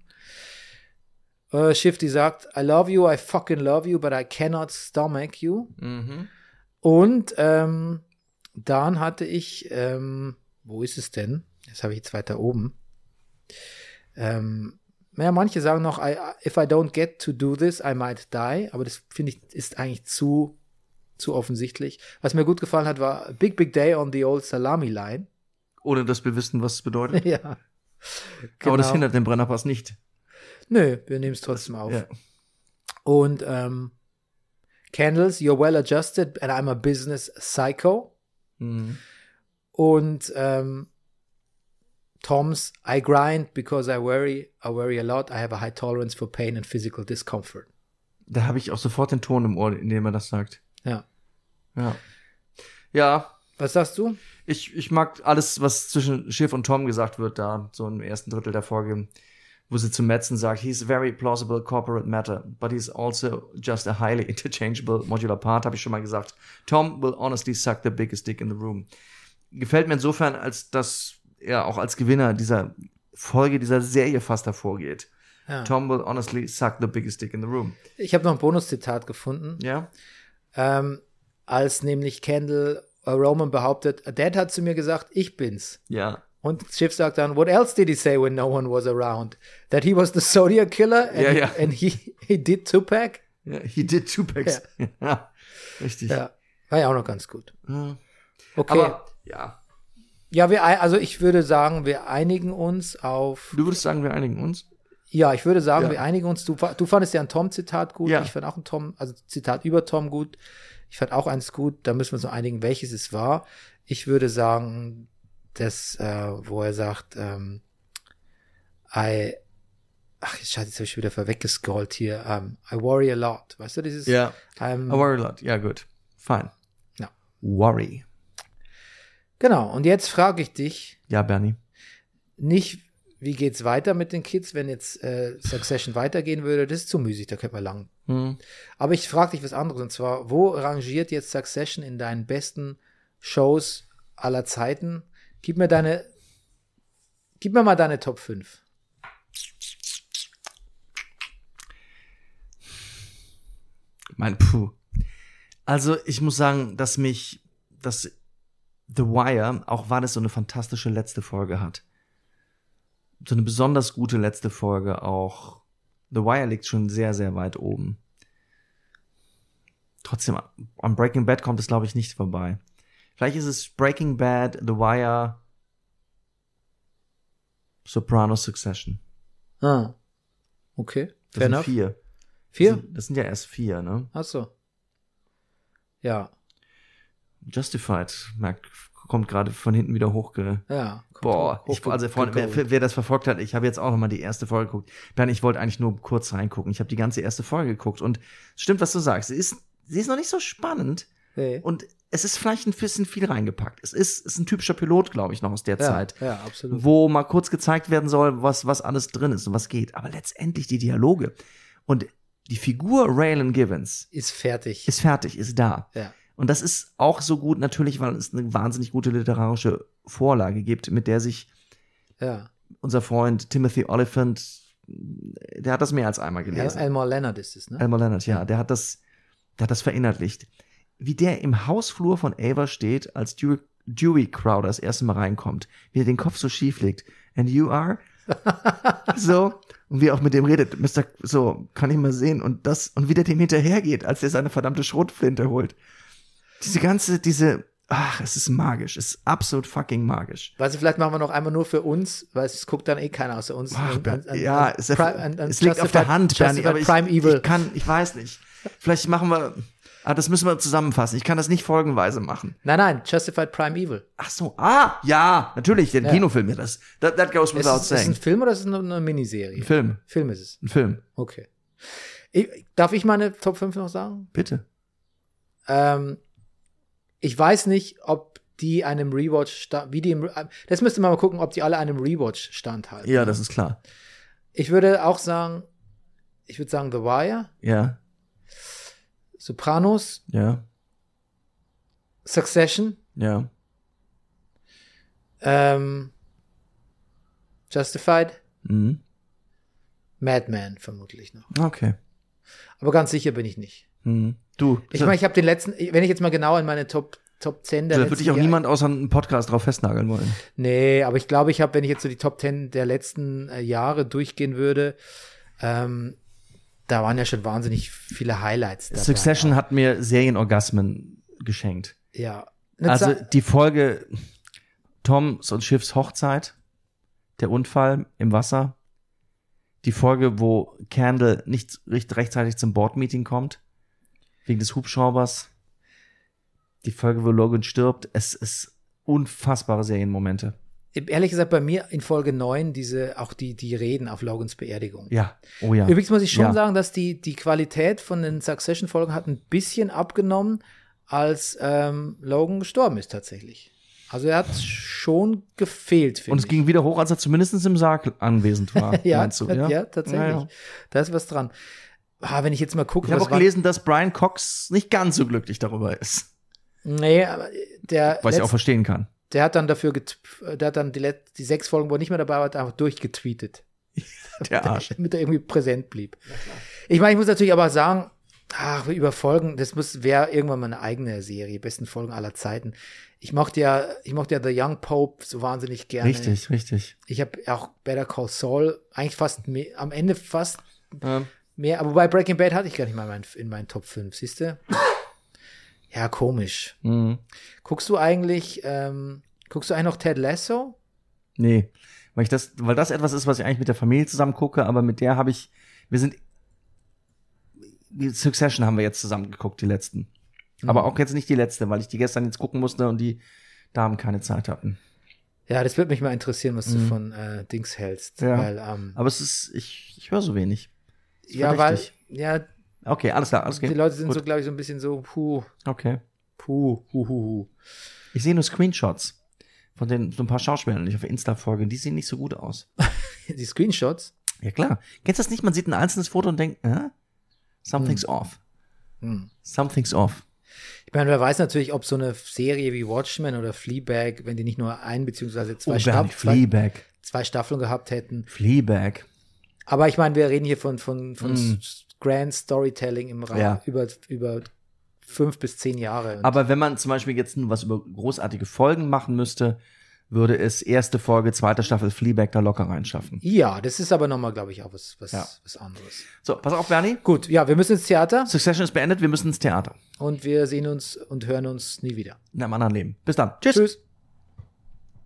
[SPEAKER 1] Äh, Shifty sagt, I love you, I fucking love you, but I cannot stomach you.
[SPEAKER 2] Mhm.
[SPEAKER 1] Und ähm, dann hatte ich, ähm, wo ist es denn? Das habe ich jetzt weiter oben. Ähm, ja, manche sagen noch, I, if I don't get to do this, I might die. Aber das finde ich ist eigentlich zu, zu offensichtlich. Was mir gut gefallen hat, war Big Big Day on the Old Salami Line. [LAUGHS]
[SPEAKER 2] Ohne dass wir wissen, was es bedeutet.
[SPEAKER 1] ja.
[SPEAKER 2] Aber das
[SPEAKER 1] Genau.
[SPEAKER 2] hindert den Brennerpass nicht.
[SPEAKER 1] Nö, wir nehmen es trotzdem auf.
[SPEAKER 2] Ja.
[SPEAKER 1] Und ähm, Candles, you're well adjusted and I'm a business psycho.
[SPEAKER 2] Mhm.
[SPEAKER 1] Und ähm, Toms, I grind because I worry, I worry a lot, I have a high tolerance for pain and physical discomfort.
[SPEAKER 2] Da habe ich auch sofort den Ton im Ohr, in dem er das sagt.
[SPEAKER 1] Ja.
[SPEAKER 2] Ja. Ja,
[SPEAKER 1] Was sagst du?
[SPEAKER 2] Ich, ich mag alles, was zwischen Schiff und Tom gesagt wird, da, so im ersten Drittel der Folge, wo sie zu Metzen sagt, he's a very plausible corporate matter, but he's also just a highly [LAUGHS] interchangeable modular part, habe ich schon mal gesagt. Tom will honestly suck the biggest dick in the room. Gefällt mir insofern, als dass er auch als Gewinner dieser Folge, dieser Serie fast hervorgeht.
[SPEAKER 1] Ja.
[SPEAKER 2] Tom will honestly suck the biggest dick in the room.
[SPEAKER 1] Ich habe noch ein Bonuszitat gefunden,
[SPEAKER 2] Ja?
[SPEAKER 1] ähm, als nämlich Candle äh, Roman behauptet, Dad hat zu mir gesagt, ich bin's.
[SPEAKER 2] Ja.
[SPEAKER 1] Und Schiff sagt dann, what else did he say when no one was around? That he was the Zodiac Killer and,
[SPEAKER 2] Ja, ja.
[SPEAKER 1] and he, he did Tupac?
[SPEAKER 2] ja he did two packs. [LAUGHS] Ja. Richtig.
[SPEAKER 1] Ja, war ja auch noch ganz gut.
[SPEAKER 2] Ja.
[SPEAKER 1] Okay.
[SPEAKER 2] Aber, ja.
[SPEAKER 1] ja, wir, ei- also ich würde sagen, wir einigen uns auf.
[SPEAKER 2] Du würdest sagen, wir einigen uns?
[SPEAKER 1] Ja, ich würde sagen,
[SPEAKER 2] Ja.
[SPEAKER 1] wir einigen uns. Du, fa- du fandest ja ein Tom-Zitat gut.
[SPEAKER 2] Ja.
[SPEAKER 1] Ich fand auch ein Tom, also Zitat über Tom gut. Ich fand auch eins gut. Da müssen wir uns noch einigen, welches es war. Ich würde sagen, das, äh, wo er sagt, ähm, I, ach, scheiße, jetzt habe ich schon wieder vorweggescrollt hier. Ähm, I worry a lot. Weißt du, dieses, ähm,
[SPEAKER 2] Ja.
[SPEAKER 1] I'm,
[SPEAKER 2] I worry a lot. Ja, gut. Fine.
[SPEAKER 1] Ja.
[SPEAKER 2] Worry.
[SPEAKER 1] genau. Und jetzt frage ich dich,
[SPEAKER 2] Ja, Bernie.
[SPEAKER 1] nicht, wie geht's weiter mit den Kids, wenn jetzt äh, Succession weitergehen würde, das ist zu müßig, da könnte man lang.
[SPEAKER 2] Hm.
[SPEAKER 1] Aber ich frage dich was anderes und zwar, wo rangiert jetzt Succession in deinen besten Shows aller Zeiten? Gib mir deine, gib mir mal deine Top 5.
[SPEAKER 2] Mein Puh. Also, ich muss sagen, dass mich dass The Wire, auch weil es so eine fantastische letzte Folge hat, so eine besonders gute letzte Folge auch. The Wire liegt schon sehr, sehr weit oben. Trotzdem, an Breaking Bad kommt es, glaube ich, nicht vorbei. Vielleicht ist es Breaking Bad, The Wire, Soprano Succession.
[SPEAKER 1] Ah, okay.
[SPEAKER 2] Das sind vier. Das
[SPEAKER 1] Vier?
[SPEAKER 2] sind, das sind ja erst vier, ne?
[SPEAKER 1] Achso. Ja.
[SPEAKER 2] Justified merkt, kommt gerade von hinten wieder hochge.
[SPEAKER 1] Ja.
[SPEAKER 2] Boah, ich, also Freunde, wer, wer das verfolgt hat, ich habe jetzt auch noch mal die erste Folge geguckt. Bernd, ich wollte eigentlich nur kurz reingucken. Ich habe die ganze erste Folge geguckt und es stimmt, was du sagst. Sie ist, sie ist noch nicht so spannend
[SPEAKER 1] Nee.
[SPEAKER 2] und es ist vielleicht ein bisschen viel reingepackt. Es ist, ist ein typischer Pilot, glaube ich, noch aus der
[SPEAKER 1] ja,
[SPEAKER 2] Zeit,
[SPEAKER 1] Ja, absolut.
[SPEAKER 2] wo mal kurz gezeigt werden soll, was, was alles drin ist und was geht. Aber letztendlich die Dialoge und die Figur Raylan Givens
[SPEAKER 1] Ist fertig.
[SPEAKER 2] ist fertig, ist da.
[SPEAKER 1] ja.
[SPEAKER 2] Und das ist auch so gut natürlich, weil es eine wahnsinnig gute literarische Vorlage gibt, mit der sich
[SPEAKER 1] Ja.
[SPEAKER 2] unser Freund Timothy Oliphant, der hat das mehr als einmal
[SPEAKER 1] El
[SPEAKER 2] gelesen.
[SPEAKER 1] Elmar Leonard ist es, ne?
[SPEAKER 2] Elmer Leonard, ja, der hat das, der hat das verinnerlicht. Wie der im Hausflur von Ava steht, als Dewey, Dewey Crowder das erste Mal reinkommt, wie er den Kopf so schief legt. And
[SPEAKER 1] [LAUGHS]
[SPEAKER 2] you are? so. Und wie er auch mit dem redet, Mr. So, kann ich mal sehen. Und das, und wie der dem hinterhergeht, als der seine verdammte Schrotflinte holt. Diese ganze, diese, ach, es ist magisch. Es ist absolut fucking magisch.
[SPEAKER 1] Weißt du, vielleicht machen wir noch einmal nur für uns, weil es guckt dann eh keiner außer uns.
[SPEAKER 2] Ach,
[SPEAKER 1] An-
[SPEAKER 2] Bernd,
[SPEAKER 1] an- an-
[SPEAKER 2] ja,
[SPEAKER 1] an
[SPEAKER 2] es,
[SPEAKER 1] Pri- an- an
[SPEAKER 2] es liegt auf der
[SPEAKER 1] Justified-
[SPEAKER 2] Hand, Bernie,
[SPEAKER 1] Justified
[SPEAKER 2] aber ich,
[SPEAKER 1] Prime Evil.
[SPEAKER 2] ich kann, ich weiß nicht. Vielleicht machen wir, ah, das müssen wir zusammenfassen. Ich kann das nicht folgenweise machen.
[SPEAKER 1] nein, nein, Justified Prime Evil.
[SPEAKER 2] Ach so, ah, ja, natürlich, den
[SPEAKER 1] Ja.
[SPEAKER 2] Kinofilm, ja, das, that, that goes
[SPEAKER 1] Ist
[SPEAKER 2] without
[SPEAKER 1] es ist es
[SPEAKER 2] saying.
[SPEAKER 1] ein Film oder ist es eine, eine Miniserie?
[SPEAKER 2] ein Film,
[SPEAKER 1] Film ist es.
[SPEAKER 2] ein Film,
[SPEAKER 1] Okay. Ich, darf ich meine Top 5 noch sagen?
[SPEAKER 2] bitte.
[SPEAKER 1] Ähm, ich weiß nicht, ob die einem Rewatch, sta- wie die im, das müsste man mal gucken, ob die alle einem Rewatch standhalten.
[SPEAKER 2] Ja, das ist klar.
[SPEAKER 1] Ich würde auch sagen, ich würde sagen The Wire,
[SPEAKER 2] Ja,
[SPEAKER 1] Sopranos,
[SPEAKER 2] ja,
[SPEAKER 1] Succession,
[SPEAKER 2] ja.
[SPEAKER 1] ähm, Justified,
[SPEAKER 2] Mhm.
[SPEAKER 1] Madman vermutlich noch.
[SPEAKER 2] Okay.
[SPEAKER 1] Aber ganz sicher bin ich nicht.
[SPEAKER 2] Mhm. Du,
[SPEAKER 1] Ich meine, ich habe den letzten, wenn ich jetzt mal genau in meine Top, Top 10 der letzten
[SPEAKER 2] da Also würde ich auch
[SPEAKER 1] Jahre-
[SPEAKER 2] niemand außer einem Podcast drauf festnageln wollen.
[SPEAKER 1] Nee, aber ich glaube, ich habe, wenn ich jetzt so die Top 10 der letzten äh, Jahre durchgehen würde, ähm, da waren ja schon wahnsinnig viele Highlights dabei.
[SPEAKER 2] Succession hat mir Serienorgasmen geschenkt.
[SPEAKER 1] Ja. Eine
[SPEAKER 2] Also
[SPEAKER 1] Za-
[SPEAKER 2] die Folge Toms und Schiffs Hochzeit, der Unfall im Wasser, die Folge, wo Candle nicht recht- rechtzeitig zum Board-Meeting kommt, wegen des Hubschraubers, die Folge, wo Logan stirbt, es ist unfassbare Serienmomente.
[SPEAKER 1] ehrlich gesagt, bei mir in Folge 9 diese, auch die, die Reden auf Logans Beerdigung.
[SPEAKER 2] Ja, oh ja.
[SPEAKER 1] Übrigens muss ich schon
[SPEAKER 2] Ja.
[SPEAKER 1] sagen, dass die, die Qualität von den Succession-Folgen hat ein bisschen abgenommen, als ähm, Logan gestorben ist tatsächlich. Also er hat schon gefehlt, finde
[SPEAKER 2] und
[SPEAKER 1] ich.
[SPEAKER 2] es ging wieder hoch, als er zumindest im Sarg anwesend
[SPEAKER 1] [LAUGHS]
[SPEAKER 2] war.
[SPEAKER 1] ja,
[SPEAKER 2] meinst du?
[SPEAKER 1] ja, tatsächlich.
[SPEAKER 2] Ja, ja.
[SPEAKER 1] Da ist was dran. Ah, wenn ich jetzt mal gucke,
[SPEAKER 2] Ich habe
[SPEAKER 1] was
[SPEAKER 2] auch
[SPEAKER 1] war-
[SPEAKER 2] gelesen, dass Brian Cox nicht ganz so glücklich darüber ist.
[SPEAKER 1] Nee, aber der,
[SPEAKER 2] Was ich auch
[SPEAKER 1] letzt-
[SPEAKER 2] verstehen kann.
[SPEAKER 1] der hat dann dafür, getw- der hat dann die, let- die sechs Folgen, wo er nicht mehr dabei war, einfach durchgetweetet.
[SPEAKER 2] Der Arsch.
[SPEAKER 1] damit er irgendwie präsent blieb. Ich meine, ich muss natürlich aber sagen, ach, über Folgen, das muss wäre irgendwann mal eine eigene Serie, besten Folgen aller Zeiten. Ich mochte ja, ich mochte ja The Young Pope so wahnsinnig gerne.
[SPEAKER 2] Richtig, richtig.
[SPEAKER 1] Ich habe auch Better Call Saul eigentlich fast me- am Ende fast
[SPEAKER 2] Ähm,
[SPEAKER 1] mehr, aber bei Breaking Bad hatte ich gar nicht mal in meinen- in meinen Top 5, siehst du? Ja, komisch.
[SPEAKER 2] mhm.
[SPEAKER 1] Guckst du eigentlich, ähm, guckst du eigentlich noch Ted Lasso?
[SPEAKER 2] Nee, weil ich das, weil das etwas ist, was ich eigentlich mit der Familie zusammen gucke, aber mit der habe ich, wir sind, die Succession haben wir jetzt zusammen geguckt, die letzten.
[SPEAKER 1] Mhm.
[SPEAKER 2] Aber
[SPEAKER 1] Hm.
[SPEAKER 2] auch jetzt nicht die letzte, weil ich die gestern jetzt gucken musste und die Damen keine Zeit hatten.
[SPEAKER 1] Ja, das würde mich mal interessieren, was du
[SPEAKER 2] Mhm.
[SPEAKER 1] von äh, Dings hältst.
[SPEAKER 2] Ja.
[SPEAKER 1] Weil, ähm,
[SPEAKER 2] Aber es ist, ich, ich höre so wenig. Ist
[SPEAKER 1] ja, weil,
[SPEAKER 2] verdächtig.
[SPEAKER 1] ja,
[SPEAKER 2] Okay, alles klar, alles
[SPEAKER 1] die
[SPEAKER 2] geht.
[SPEAKER 1] Leute sind
[SPEAKER 2] Gut.
[SPEAKER 1] so, glaube ich, so ein bisschen so, puh,
[SPEAKER 2] Okay.
[SPEAKER 1] puh, hu, hu, hu.
[SPEAKER 2] Ich sehe nur Screenshots von den, so ein paar Schauspielern, die ich auf Insta folge, die sehen nicht so gut aus.
[SPEAKER 1] Die Screenshots.
[SPEAKER 2] Ja, klar. Kennst du das nicht? Man sieht ein einzelnes Foto und denkt, äh? Something's off.
[SPEAKER 1] Hm.
[SPEAKER 2] Something's off.
[SPEAKER 1] Ich meine, wer weiß natürlich, ob so eine Serie wie Watchmen oder Fleabag, wenn die nicht nur ein beziehungsweise zwei,
[SPEAKER 2] Oh,
[SPEAKER 1] Staff
[SPEAKER 2] Bernie,
[SPEAKER 1] zwei,
[SPEAKER 2] Fleabag.
[SPEAKER 1] zwei Staffeln gehabt hätten.
[SPEAKER 2] Fleabag.
[SPEAKER 1] Aber ich meine, wir reden hier von, von, von
[SPEAKER 2] Mm.
[SPEAKER 1] s- Grand Storytelling im Rahmen
[SPEAKER 2] Ja.
[SPEAKER 1] über, über fünf bis zehn Jahre. Und
[SPEAKER 2] Aber wenn man zum Beispiel jetzt was über großartige Folgen machen müsste, würde es erste Folge, zweite Staffel Fleabag da locker reinschaffen.
[SPEAKER 1] ja, das ist aber nochmal, glaube ich, auch was, was,
[SPEAKER 2] Ja.
[SPEAKER 1] was anderes.
[SPEAKER 2] So, pass auf, Bernie.
[SPEAKER 1] Gut, ja, wir müssen ins Theater
[SPEAKER 2] Succession ist beendet, wir müssen ins Theater.
[SPEAKER 1] und wir sehen uns und hören uns nie wieder.
[SPEAKER 2] In einem anderen Leben. Bis dann. Tschüss.
[SPEAKER 1] Tschüss.